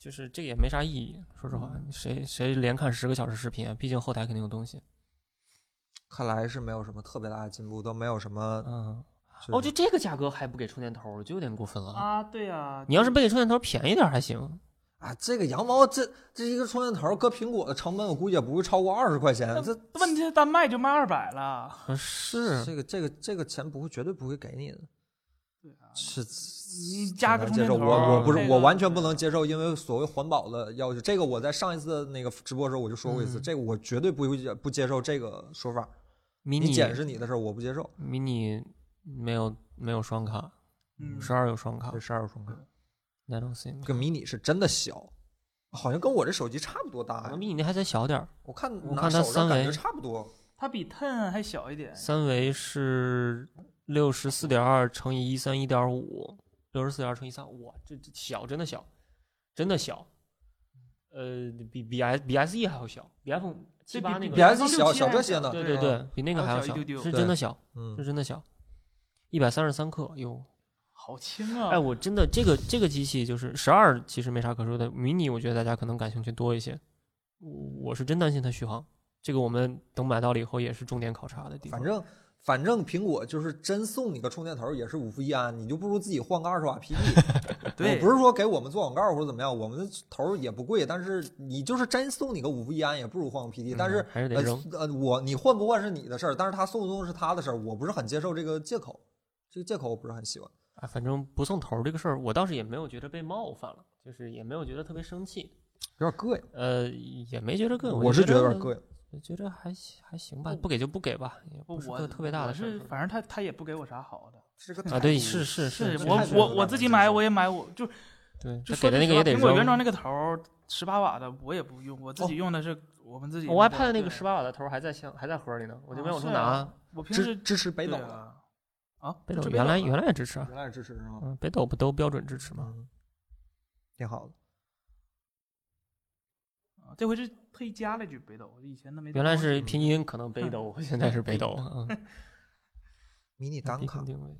[SPEAKER 2] 就是这个也没啥意义。说实
[SPEAKER 1] 嗯
[SPEAKER 2] 话，谁谁连看十个小时视频啊？毕竟后台肯定有东西。
[SPEAKER 1] 看来是没有什么特别大的进步，都没有什么。
[SPEAKER 3] 啊
[SPEAKER 2] 嗯，
[SPEAKER 1] 就
[SPEAKER 2] 哦，就这个价格还不给充电头儿，就有点过分了。
[SPEAKER 3] 啊，对呀，
[SPEAKER 2] 你要是不给充电头儿便宜点儿还行，
[SPEAKER 1] 啊，这个羊毛这这一个充电头搁苹果的成本，我估计也不会超过二十块钱。这
[SPEAKER 3] 问题是单卖就卖二百了，
[SPEAKER 2] 啊是
[SPEAKER 1] 这个这个这个钱不会绝对不会给你的。是
[SPEAKER 3] 你啊 加个
[SPEAKER 1] 很
[SPEAKER 3] 充
[SPEAKER 1] 难接
[SPEAKER 3] 电头
[SPEAKER 1] 受，
[SPEAKER 3] 儿，
[SPEAKER 1] 我我不
[SPEAKER 3] 这
[SPEAKER 1] 是
[SPEAKER 3] 个
[SPEAKER 1] 我完全不能接受，因为所谓环保的要求，这个我在上一次那个直播的时候我就说过一次，
[SPEAKER 2] 嗯
[SPEAKER 1] 这个我绝对不会接不接受这个说法。
[SPEAKER 2] 迷
[SPEAKER 1] 你
[SPEAKER 2] 你
[SPEAKER 1] 捡是你的事儿，我不接受。
[SPEAKER 2] 迷你没有没有双卡，
[SPEAKER 3] 嗯
[SPEAKER 2] 十二有双卡
[SPEAKER 1] 这十二双卡，哎
[SPEAKER 2] 那种 SIM，
[SPEAKER 1] 这个迷你是真的小，好像跟我这手机差不多大呀。
[SPEAKER 2] 迷你那还再小点儿，
[SPEAKER 1] 我看
[SPEAKER 2] 我
[SPEAKER 1] 拿
[SPEAKER 2] 看它
[SPEAKER 1] 手上感
[SPEAKER 2] 三
[SPEAKER 1] 觉
[SPEAKER 2] 维
[SPEAKER 1] 差不多。
[SPEAKER 3] 它比 Ten 还小一点，
[SPEAKER 2] 三维是六十四点二乘以一三一点五，六十四点二乘以三，哇，这这小真的小，真的小，呃，比比 S 比 SE 还要小，比 iPhone 七
[SPEAKER 3] 这
[SPEAKER 2] 八那
[SPEAKER 1] 比
[SPEAKER 2] 个，
[SPEAKER 1] iPhone 小小这些呢
[SPEAKER 2] 对对
[SPEAKER 3] 啊
[SPEAKER 2] 对，比那个
[SPEAKER 3] 还
[SPEAKER 2] 还
[SPEAKER 3] 要
[SPEAKER 2] 要
[SPEAKER 3] 小一
[SPEAKER 2] 小，
[SPEAKER 3] 丢丢
[SPEAKER 2] 是
[SPEAKER 1] 对
[SPEAKER 2] 真的小，是
[SPEAKER 1] 嗯，
[SPEAKER 2] 真的小，一百三十三克哟。
[SPEAKER 3] 好轻啊！
[SPEAKER 2] 哎，我真的这个这个机器就是十二，其实没啥可说的。迷你，我觉得大家可能感兴趣多一些。我我是真担心它续航，这个我们等买到了以后也是重点考察的地方。
[SPEAKER 1] 反正反正苹果就是真送你个充电头也是五伏一安，你就不如自己换个二十瓦 PD。
[SPEAKER 3] 对
[SPEAKER 1] 我不是说给我们做广告或者怎么样，我们的头儿也不贵，但是你就是真送你个五伏一安，也不如换个 PD、
[SPEAKER 2] 嗯
[SPEAKER 1] 但是
[SPEAKER 2] 还是得
[SPEAKER 1] 呃
[SPEAKER 2] 扔。
[SPEAKER 1] 呃，我你换不换是你的事儿，但是他送不送是他的事儿，我不是很接受这个借口，这个借口我不是很喜欢。
[SPEAKER 2] 哎，反正不送头儿这个事儿，我倒是也没有觉得被冒犯了，就是也没有觉得特别生气，
[SPEAKER 1] 有点膈应，
[SPEAKER 2] 呃，也没觉得更。
[SPEAKER 1] 我是觉得有点膈应。
[SPEAKER 2] 应，觉得还行还行吧，不给就不给吧，也不是
[SPEAKER 3] 我
[SPEAKER 2] 特特别大的
[SPEAKER 3] 我
[SPEAKER 2] 事
[SPEAKER 3] 是
[SPEAKER 2] 儿。
[SPEAKER 3] 反正他他也不给我啥好的，
[SPEAKER 1] 是个
[SPEAKER 2] 啊，对，是是
[SPEAKER 3] 是
[SPEAKER 1] 是
[SPEAKER 3] 我
[SPEAKER 1] 太多
[SPEAKER 3] 我
[SPEAKER 1] 了
[SPEAKER 3] 我自己买我也买，我就
[SPEAKER 2] 对，他
[SPEAKER 3] 就说
[SPEAKER 2] 给的那
[SPEAKER 3] 句
[SPEAKER 2] 个
[SPEAKER 3] 实话
[SPEAKER 2] 也得
[SPEAKER 3] 苹果原装
[SPEAKER 2] 扔。哦
[SPEAKER 3] 那个头十八瓦的我也不用，我自
[SPEAKER 1] 哦
[SPEAKER 3] 己用的是我们自己。
[SPEAKER 2] 我 iPad 那个十
[SPEAKER 3] 八，
[SPEAKER 2] 八瓦的头儿还在箱还在盒儿里呢，我就没
[SPEAKER 3] 啊
[SPEAKER 2] 往出
[SPEAKER 3] 是啊
[SPEAKER 2] 拿。
[SPEAKER 3] 我平
[SPEAKER 1] 支
[SPEAKER 3] 时
[SPEAKER 1] 支持北斗
[SPEAKER 3] 对
[SPEAKER 1] 的，
[SPEAKER 3] 啊啊，
[SPEAKER 2] 北
[SPEAKER 3] 这
[SPEAKER 2] 斗原来
[SPEAKER 3] 啊
[SPEAKER 2] 原来也支持啊，
[SPEAKER 1] 原来是支持是吗？
[SPEAKER 2] 嗯，北斗不都标准支持吗？
[SPEAKER 1] 嗯，挺好的。
[SPEAKER 3] 啊这回是特意加了一句北斗，以前都没
[SPEAKER 2] 原
[SPEAKER 3] 听过。
[SPEAKER 2] 来是拼音，可能北斗，现在是北斗。嗯，
[SPEAKER 1] 迷你
[SPEAKER 2] 地
[SPEAKER 1] 单卡
[SPEAKER 2] 坑，定位。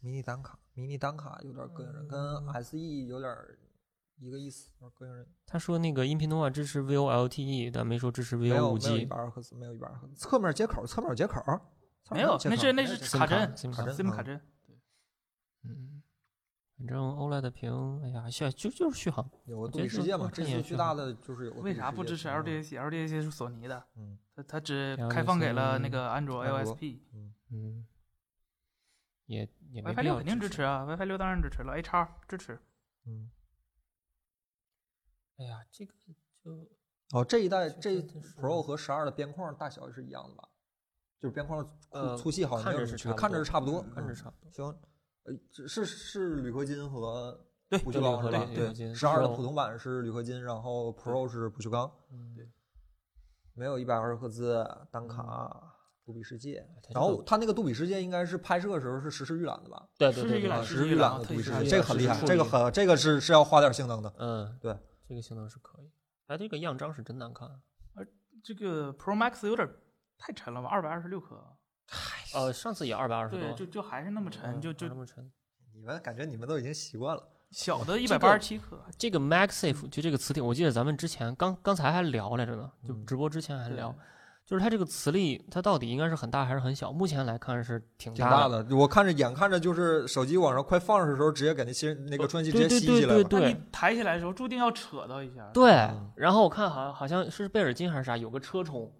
[SPEAKER 1] 迷你单卡，迷你单卡有点膈应人，
[SPEAKER 2] 嗯
[SPEAKER 1] 跟 SE 有点儿一个意思，有点膈应人。
[SPEAKER 2] 他说那个音频通话支持 VoLTE，但 E，没说支持
[SPEAKER 1] 没有没有一
[SPEAKER 2] VoLG。
[SPEAKER 1] 百二赫兹，没有一百二赫兹。侧面接口，侧面接口，侧面
[SPEAKER 3] 没有，
[SPEAKER 1] 接口
[SPEAKER 3] 那是那
[SPEAKER 1] 没有
[SPEAKER 3] 是
[SPEAKER 1] 接口
[SPEAKER 3] 卡针啊
[SPEAKER 2] ，SIM
[SPEAKER 1] 卡
[SPEAKER 2] 卡
[SPEAKER 1] 针
[SPEAKER 3] SIM 卡针，
[SPEAKER 2] 嗯，反正 OLED 屏，哎呀，续就就是续航。
[SPEAKER 1] 有个
[SPEAKER 2] 我
[SPEAKER 1] 杜
[SPEAKER 2] 觉
[SPEAKER 1] 比
[SPEAKER 2] 得
[SPEAKER 1] 世
[SPEAKER 2] 这
[SPEAKER 1] 界
[SPEAKER 2] 个
[SPEAKER 1] 嘛，
[SPEAKER 2] 这
[SPEAKER 1] 这
[SPEAKER 2] 也
[SPEAKER 1] 次
[SPEAKER 2] 是
[SPEAKER 1] 最大的就是有个
[SPEAKER 3] 为
[SPEAKER 1] 杜比
[SPEAKER 3] 啥
[SPEAKER 1] 世
[SPEAKER 3] 不
[SPEAKER 1] 界
[SPEAKER 3] 支持
[SPEAKER 1] 嗯
[SPEAKER 3] LDAC？LDAC 是索尼的，
[SPEAKER 1] 嗯，
[SPEAKER 3] 它它只
[SPEAKER 2] LDAC
[SPEAKER 3] 开放给了那个安卓
[SPEAKER 1] 安卓
[SPEAKER 3] AOSP。
[SPEAKER 2] 嗯，也也没
[SPEAKER 3] WiFi
[SPEAKER 2] 必
[SPEAKER 3] 六
[SPEAKER 2] 要
[SPEAKER 3] 肯定
[SPEAKER 2] 支
[SPEAKER 3] 支
[SPEAKER 2] 持。
[SPEAKER 3] 持啊，WiFi 六当然支持了，A 叉支持。
[SPEAKER 1] 嗯，
[SPEAKER 2] 哎呀，这个就
[SPEAKER 1] 哦，这一代
[SPEAKER 2] 就
[SPEAKER 1] 这
[SPEAKER 2] 这就是
[SPEAKER 1] Pro 和十二的边框大小是一样的吧？就是边框粗
[SPEAKER 2] 呃
[SPEAKER 1] 粗细好像
[SPEAKER 2] 看
[SPEAKER 1] 没有
[SPEAKER 2] 着
[SPEAKER 1] 什么
[SPEAKER 2] 是
[SPEAKER 1] 区别，
[SPEAKER 2] 差不
[SPEAKER 1] 看着
[SPEAKER 2] 多
[SPEAKER 1] 是差不多，
[SPEAKER 2] 看着
[SPEAKER 1] 嗯
[SPEAKER 2] 差不多。
[SPEAKER 1] 行。呃，这是是铝合金和
[SPEAKER 3] 对
[SPEAKER 1] 不
[SPEAKER 2] 对
[SPEAKER 1] 锈钢
[SPEAKER 2] 铝
[SPEAKER 1] 是
[SPEAKER 2] 合
[SPEAKER 1] 吧？
[SPEAKER 2] 金铝合
[SPEAKER 1] 对，
[SPEAKER 2] 金
[SPEAKER 1] 十二的
[SPEAKER 2] Pro
[SPEAKER 1] 普通版是铝合金，然后 Pro 是不锈钢，
[SPEAKER 2] 嗯，
[SPEAKER 1] 没有一百二十赫兹单卡杜比世界。
[SPEAKER 2] 哎它这
[SPEAKER 1] 然后
[SPEAKER 2] 个
[SPEAKER 1] 它那个杜比世界应该是拍摄的时候是实时预览的吧？
[SPEAKER 2] 对
[SPEAKER 3] 是
[SPEAKER 2] 对对
[SPEAKER 3] 预览
[SPEAKER 2] 对
[SPEAKER 1] 啊，
[SPEAKER 3] 是
[SPEAKER 1] 实时
[SPEAKER 3] 预
[SPEAKER 1] 预
[SPEAKER 3] 览
[SPEAKER 1] 览的
[SPEAKER 3] 特
[SPEAKER 1] 杜比
[SPEAKER 3] 意
[SPEAKER 1] 世
[SPEAKER 3] 是
[SPEAKER 1] 界，
[SPEAKER 3] 预
[SPEAKER 1] 这个
[SPEAKER 2] 览
[SPEAKER 1] 很
[SPEAKER 2] 实
[SPEAKER 1] 厉
[SPEAKER 2] 时
[SPEAKER 1] 害，
[SPEAKER 2] 处
[SPEAKER 1] 这个
[SPEAKER 2] 理
[SPEAKER 1] 很这个是是要花点性能的。
[SPEAKER 2] 嗯，
[SPEAKER 1] 对，
[SPEAKER 2] 这个性能是可以。哎，这个样张是真难看。
[SPEAKER 3] 这个 Pro Max 有点太沉了吧，二百二十六克，
[SPEAKER 2] 呃，上次也二百二十
[SPEAKER 3] 对，
[SPEAKER 2] 多，
[SPEAKER 3] 就就还是那么沉，
[SPEAKER 2] 嗯
[SPEAKER 3] 就
[SPEAKER 2] 还
[SPEAKER 3] 就
[SPEAKER 2] 那么沉。
[SPEAKER 1] 你们感觉你们都已经习惯了，
[SPEAKER 3] 小的一
[SPEAKER 2] 这
[SPEAKER 3] 百
[SPEAKER 2] 个
[SPEAKER 3] 八十七克，
[SPEAKER 2] 这个 MagSafe 就这个磁铁，我记得咱们之前刚刚才还聊来着呢，就
[SPEAKER 1] 嗯
[SPEAKER 2] 直播之前还
[SPEAKER 3] 对
[SPEAKER 2] 聊，就是它这个磁力，它到底应该是很大还是很小？目前来看是挺
[SPEAKER 1] 挺大
[SPEAKER 2] 的，
[SPEAKER 1] 的。我看着眼看着就是手机往上快放上的时候，直接给那新那个充气直接
[SPEAKER 2] 对对
[SPEAKER 1] 吸起
[SPEAKER 2] 对
[SPEAKER 1] 来了
[SPEAKER 2] 对。
[SPEAKER 3] 那
[SPEAKER 2] 对
[SPEAKER 3] 你抬起来的时候注定要扯到一下。
[SPEAKER 2] 对
[SPEAKER 1] 嗯。
[SPEAKER 2] 然后我看好像好像是贝尔金还是啥，有个车充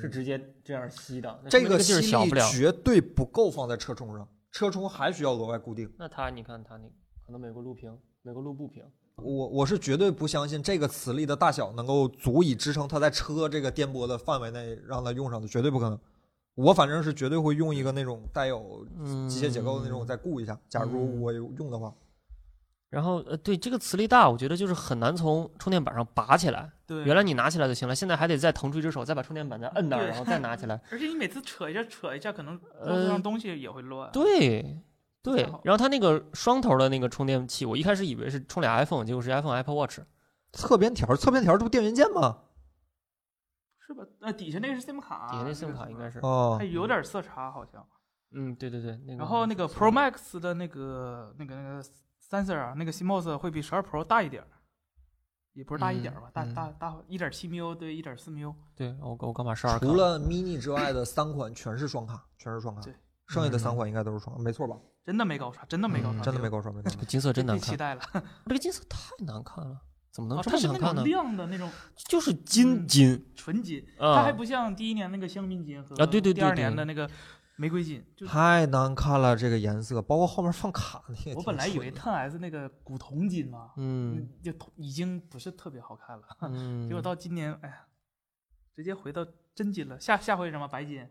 [SPEAKER 2] 是
[SPEAKER 1] 嗯
[SPEAKER 2] 直接这样吸的，那说
[SPEAKER 1] 这
[SPEAKER 2] 明
[SPEAKER 1] 个
[SPEAKER 2] 劲
[SPEAKER 1] 吸
[SPEAKER 2] 儿小
[SPEAKER 1] 力
[SPEAKER 2] 不了。
[SPEAKER 1] 绝对不够放在车充上，车充还需要额外固定。
[SPEAKER 2] 那它你看它那个可能美国路平，美国路不平，
[SPEAKER 1] 我我是绝对不相信这个磁力的大小能够足以支撑它在车这个颠簸的范围内让它用上的，绝对不可能。我反正是绝对会用一个那种带有
[SPEAKER 2] 嗯，
[SPEAKER 1] 机械结构的那种，我再固一下。假如
[SPEAKER 2] 嗯
[SPEAKER 1] 我有用的话，
[SPEAKER 2] 然后呃，对这个磁力大，我觉得就是很难从充电板上拔起来。
[SPEAKER 3] 对，
[SPEAKER 2] 原来你拿起来就行了，现在还得再腾出一只手，再把充电板再摁那儿，
[SPEAKER 3] 对
[SPEAKER 2] 然后再拿 起来。
[SPEAKER 3] 而且你每次扯一下扯一下，可能桌
[SPEAKER 2] 呃
[SPEAKER 3] 子上东西也会乱。
[SPEAKER 2] 对对
[SPEAKER 3] 好，
[SPEAKER 2] 然后它那个双头的那个充电器，我一开始以为是充俩 iPhone，结果是 iPhone Apple Watch。
[SPEAKER 1] 侧边条，侧边条这不电源键吗？
[SPEAKER 3] 是吧？呃，底下那个是 SIM 卡，
[SPEAKER 2] 底下那
[SPEAKER 3] 这
[SPEAKER 2] SIM
[SPEAKER 3] 个
[SPEAKER 2] 卡应该是，
[SPEAKER 1] 哦
[SPEAKER 3] 它，有点色差好像。
[SPEAKER 2] 嗯，对对对，那个。
[SPEAKER 3] 然后那个 Pro Max 的那个那个那个 sensor 啊，那个 CMOS 会比十二 Pro 大一点儿，也不是大一点儿吧，
[SPEAKER 2] 嗯
[SPEAKER 3] 大大大一点七 mu 对一点四 mu，
[SPEAKER 2] 对我我刚把十二
[SPEAKER 1] 除了 mini 之外的三款全是双卡，全是双卡
[SPEAKER 3] 对，
[SPEAKER 1] 剩下的三款应该都是双卡，没错吧？
[SPEAKER 3] 真的没高刷，真的没高
[SPEAKER 2] 嗯
[SPEAKER 3] 刷，
[SPEAKER 1] 真的没搞错，没搞错。
[SPEAKER 2] 金色真难
[SPEAKER 3] 太期
[SPEAKER 2] 看，
[SPEAKER 3] 待了，
[SPEAKER 2] 这个金色太难看了，怎么能
[SPEAKER 3] 啊
[SPEAKER 2] 这
[SPEAKER 3] 它
[SPEAKER 2] 么
[SPEAKER 3] 是
[SPEAKER 2] 难
[SPEAKER 3] 那
[SPEAKER 2] 看呢
[SPEAKER 3] 种？亮的那种
[SPEAKER 2] 就是金
[SPEAKER 3] 嗯
[SPEAKER 2] 金
[SPEAKER 3] 纯金，它
[SPEAKER 2] 啊
[SPEAKER 3] 还，不像第一年那个香槟金和
[SPEAKER 2] 啊对对对
[SPEAKER 3] 第二
[SPEAKER 2] 对
[SPEAKER 3] 年的那个玫瑰金， 就
[SPEAKER 1] 太难看了，这个颜色，包括后面放卡那也挺蠢的。
[SPEAKER 3] 我本来以为 Ten S 那个古铜金嘛，
[SPEAKER 2] 嗯
[SPEAKER 3] 嗯就已经不是特别好看了，
[SPEAKER 2] 嗯，
[SPEAKER 3] 结果到今年，哎呀，直接回到真金了，下下回什么白金，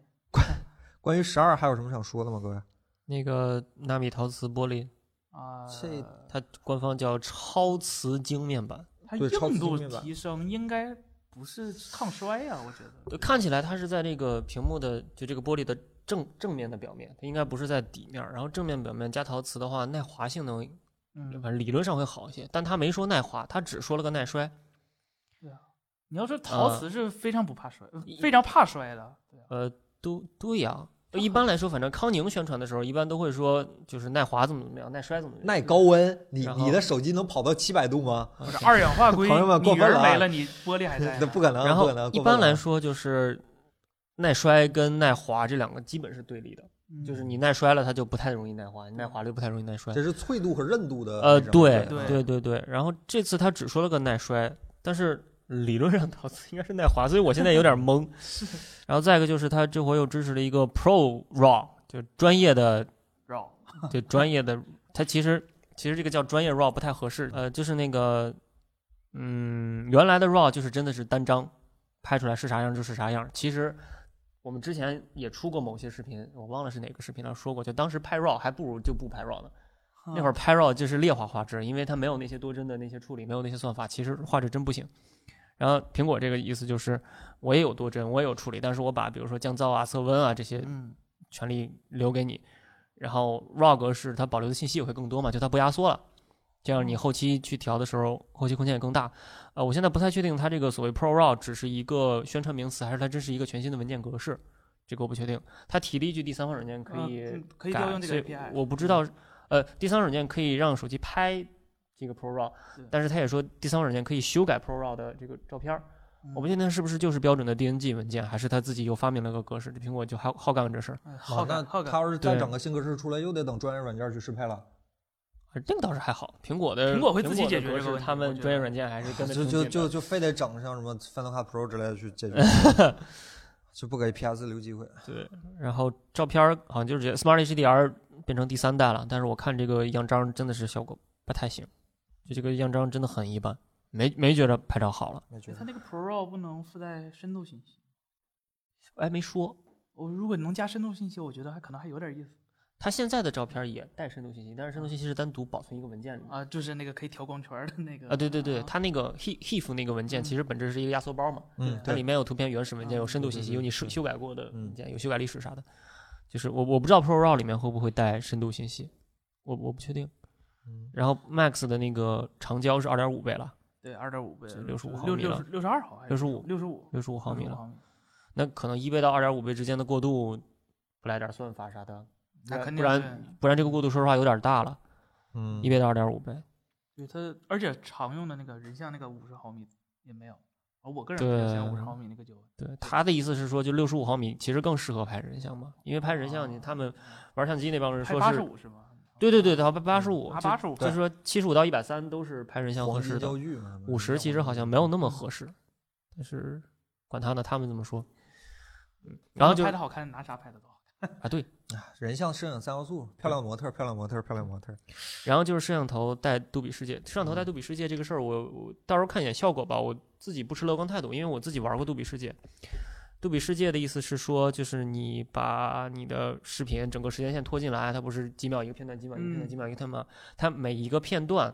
[SPEAKER 1] 关于十二还有什么想说的吗？各位，
[SPEAKER 2] 那个纳米陶瓷玻璃，
[SPEAKER 3] 啊，
[SPEAKER 1] 这
[SPEAKER 2] 它官方叫超瓷晶面板，
[SPEAKER 3] 它
[SPEAKER 1] 对超
[SPEAKER 3] 硬
[SPEAKER 1] 级
[SPEAKER 3] 度
[SPEAKER 1] 精密版
[SPEAKER 3] 提升应该不是抗摔呀、我觉得。
[SPEAKER 2] 呃看起来它是在这个屏幕的就这个玻璃的正正面的表面，它应该不是在底面儿。然后正面表面加陶瓷的话，耐滑性能反
[SPEAKER 3] 嗯，
[SPEAKER 2] 正理论上会好一些，但它没说耐滑，它只说了个耐摔。
[SPEAKER 3] 你要说陶
[SPEAKER 2] 啊
[SPEAKER 3] 瓷是非常不怕摔，呃
[SPEAKER 1] 啊
[SPEAKER 2] 一
[SPEAKER 3] 非常怕摔的，对啊
[SPEAKER 2] 呃，都对呀、
[SPEAKER 1] 哦
[SPEAKER 2] 呃一般来说，反正康宁宣传的时候，一般都会说就是耐滑怎么怎么样，耐摔怎么怎么样。
[SPEAKER 1] 耐高温，你
[SPEAKER 2] 然后
[SPEAKER 1] 你的手机能跑到七百度吗？
[SPEAKER 3] 不是二氧化硅，
[SPEAKER 1] 朋友们
[SPEAKER 3] 你
[SPEAKER 1] 过
[SPEAKER 3] 人
[SPEAKER 1] 分了啊
[SPEAKER 3] 没了，你玻璃还在
[SPEAKER 1] 那
[SPEAKER 3] 呢。
[SPEAKER 1] 不可能，
[SPEAKER 2] 哎然
[SPEAKER 1] 不
[SPEAKER 2] 后
[SPEAKER 1] 可能。
[SPEAKER 2] 一
[SPEAKER 1] 过分
[SPEAKER 2] 般来
[SPEAKER 1] 了
[SPEAKER 2] 说就是耐摔跟耐滑这两个基本是对立的，
[SPEAKER 3] 嗯
[SPEAKER 2] 就是你耐摔了，它就不太容易耐滑；你耐滑了就不太容易耐摔。
[SPEAKER 1] 这是脆度和韧度的
[SPEAKER 2] 呃，
[SPEAKER 1] 那种
[SPEAKER 2] 对
[SPEAKER 3] 对
[SPEAKER 1] 哦
[SPEAKER 2] 对对对。然后这次他只说了个耐摔，但是理论上陶瓷应该是耐滑，所以我现在有点 懵。然后再一个就是他这回又支持了一个 Pro RAW，就是专业的，
[SPEAKER 3] 绕
[SPEAKER 2] 对专业的。它其实其实这个叫专业 RAW 不太合适，呃，就是那个，嗯，原来的 RAW 就是真的是单张，拍出来是啥样就是啥样。其实。我们之前也出过某些视频，我忘了是哪个视频上说过，就当时拍 RAW 还不如就不拍 RAW 呢。那会儿拍 RAW 就是劣化画质，因为它没有那些多帧的那些处理，没有那些算法，其实画质真不行。然后苹果这个意思就是，我也有多帧，我也有处理，但是我把比如说降噪啊、色温啊这些
[SPEAKER 3] 嗯，
[SPEAKER 2] 权利留给你。然后 RAW 格式它保留的信息也会更多嘛，就它不压缩了，这样
[SPEAKER 3] 嗯
[SPEAKER 2] 你后期去调的时候，后期空间也更大。呃，我现在不太确定它这个所谓 Pro RAW 只是一个宣传名词，还是它真是一个全新的文件格式，这个我不确定。它提了一句第三方软件可
[SPEAKER 3] 呃
[SPEAKER 2] 以
[SPEAKER 3] 嗯可以
[SPEAKER 2] 改
[SPEAKER 3] 调用这
[SPEAKER 2] 所以
[SPEAKER 3] 个 API。
[SPEAKER 2] 我不知道，呃，第三方软件可以让手机拍这个 Pro RAW，
[SPEAKER 3] 对
[SPEAKER 2] 但是他也说第三方软件可以修改 Pro RAW 的这个照片儿。
[SPEAKER 3] 嗯，
[SPEAKER 2] 我不确定是不是就是标准的 DNG 文件，还是他自己又发明了个格式。这苹果就好好干这事儿，
[SPEAKER 3] 哎好
[SPEAKER 1] 好，那
[SPEAKER 3] 感好
[SPEAKER 1] 他
[SPEAKER 3] 感，
[SPEAKER 1] 要是再
[SPEAKER 2] 对
[SPEAKER 1] 整个新格式出来，又得等专业软件去适配了。
[SPEAKER 2] 而这个倒是还好。苹果的
[SPEAKER 3] 苹果会自己
[SPEAKER 2] 的
[SPEAKER 3] 解决
[SPEAKER 2] 格
[SPEAKER 3] 这个
[SPEAKER 2] 式
[SPEAKER 3] 问题
[SPEAKER 2] 他
[SPEAKER 3] 我
[SPEAKER 2] 们
[SPEAKER 3] 觉
[SPEAKER 2] 专业
[SPEAKER 3] 得
[SPEAKER 2] 软件还是跟得
[SPEAKER 1] 就
[SPEAKER 2] 挺
[SPEAKER 1] 就
[SPEAKER 2] 紧
[SPEAKER 1] 就
[SPEAKER 2] 的
[SPEAKER 1] 就非得整像什么 Final Cut Pro 之类的去解决，
[SPEAKER 2] 嗯
[SPEAKER 1] 就不给 PS 留机会。
[SPEAKER 2] 对。 然后照片儿好像就是 Smart HDR 变成第三代了，但是我看这个样张真的是效果不太行，就这个样张真的很一般，没没觉得拍照好了。
[SPEAKER 1] 没觉
[SPEAKER 3] 哎
[SPEAKER 1] 得
[SPEAKER 3] 它那个 Pro RAW 不能附带深度信息。
[SPEAKER 2] 哎，没说，
[SPEAKER 3] 我如果能加深度信息，我觉得还可能还有点意思
[SPEAKER 2] 它现在的照片也带深度信息，但是深度信息是单独保存一个文件里面
[SPEAKER 3] 啊，就是那个可以调光圈儿的那个
[SPEAKER 2] 啊，对对对，
[SPEAKER 3] 啊
[SPEAKER 2] 它那个 he HEIF 那个文
[SPEAKER 3] 嗯
[SPEAKER 2] 件其实本质是一个压缩包嘛，
[SPEAKER 1] 嗯，
[SPEAKER 2] 它
[SPEAKER 1] 对
[SPEAKER 2] 里，面有图片原始文件，
[SPEAKER 3] 啊
[SPEAKER 2] 有深度信息，
[SPEAKER 1] 对对对
[SPEAKER 2] 有你修
[SPEAKER 1] 对
[SPEAKER 2] 修改过的文
[SPEAKER 1] 嗯
[SPEAKER 2] 件，有修改历史啥的。就是我我不知道 Pro RAW 里面会不会带深度信息，我我不确定。
[SPEAKER 1] 嗯
[SPEAKER 2] 然后 Max 的那个长焦是二点五倍了，
[SPEAKER 3] 对二点五倍
[SPEAKER 2] 是65毫
[SPEAKER 3] 六
[SPEAKER 2] 米
[SPEAKER 3] 六
[SPEAKER 2] 了
[SPEAKER 3] 十六十二毫还是
[SPEAKER 2] 65
[SPEAKER 3] 六十五
[SPEAKER 2] 六十五毫米
[SPEAKER 1] 哦
[SPEAKER 2] 了，
[SPEAKER 3] 毫米，
[SPEAKER 2] 那可能一倍到二点五倍之间的过渡，不来点算法啥的，
[SPEAKER 3] 那肯定
[SPEAKER 2] 不然
[SPEAKER 3] 对
[SPEAKER 2] 不然这个过渡说实话有点大了，
[SPEAKER 1] 嗯
[SPEAKER 2] 一，倍到二点五倍。
[SPEAKER 3] 对它，而且常用的那个人像那个五十毫米也没有，而我个人比较喜欢五
[SPEAKER 2] 对
[SPEAKER 3] 十毫米那个就
[SPEAKER 2] 对，他的意思是说，就六十五毫米其实更适合拍人像嘛，因为拍人像
[SPEAKER 1] 哦
[SPEAKER 2] 你他们玩相机那帮人
[SPEAKER 3] 啊拍
[SPEAKER 2] 说
[SPEAKER 3] 八十
[SPEAKER 2] 是，
[SPEAKER 3] 五是吗？
[SPEAKER 2] 对对对，他八八十五，
[SPEAKER 1] 嗯
[SPEAKER 3] 啊八十五
[SPEAKER 2] 就就是说七十五到一百三都是拍人像合
[SPEAKER 1] 黄
[SPEAKER 2] 适
[SPEAKER 1] 金
[SPEAKER 2] 的
[SPEAKER 1] 焦，距嘛，
[SPEAKER 2] 五十其实好像没有那么合适，但是管他呢，他们这么说，嗯，然后就
[SPEAKER 3] 拍的好看，拿啥拍的都好
[SPEAKER 2] 啊对，
[SPEAKER 1] 哎人像摄影三要素，漂亮模特，漂亮模特，漂亮模特。
[SPEAKER 2] 然后就是摄像头带杜比世界，摄像头带杜比世界这个事儿，我我到时候看一眼效果吧。我自己不持乐观态度，因为我自己玩过杜比世界。杜比世界的意思是说，就是你把你的视频整个时间线拖进来，它不是几秒一个片段，几秒一个片段，
[SPEAKER 3] 嗯
[SPEAKER 2] 几秒一个片段吗？它每一个片段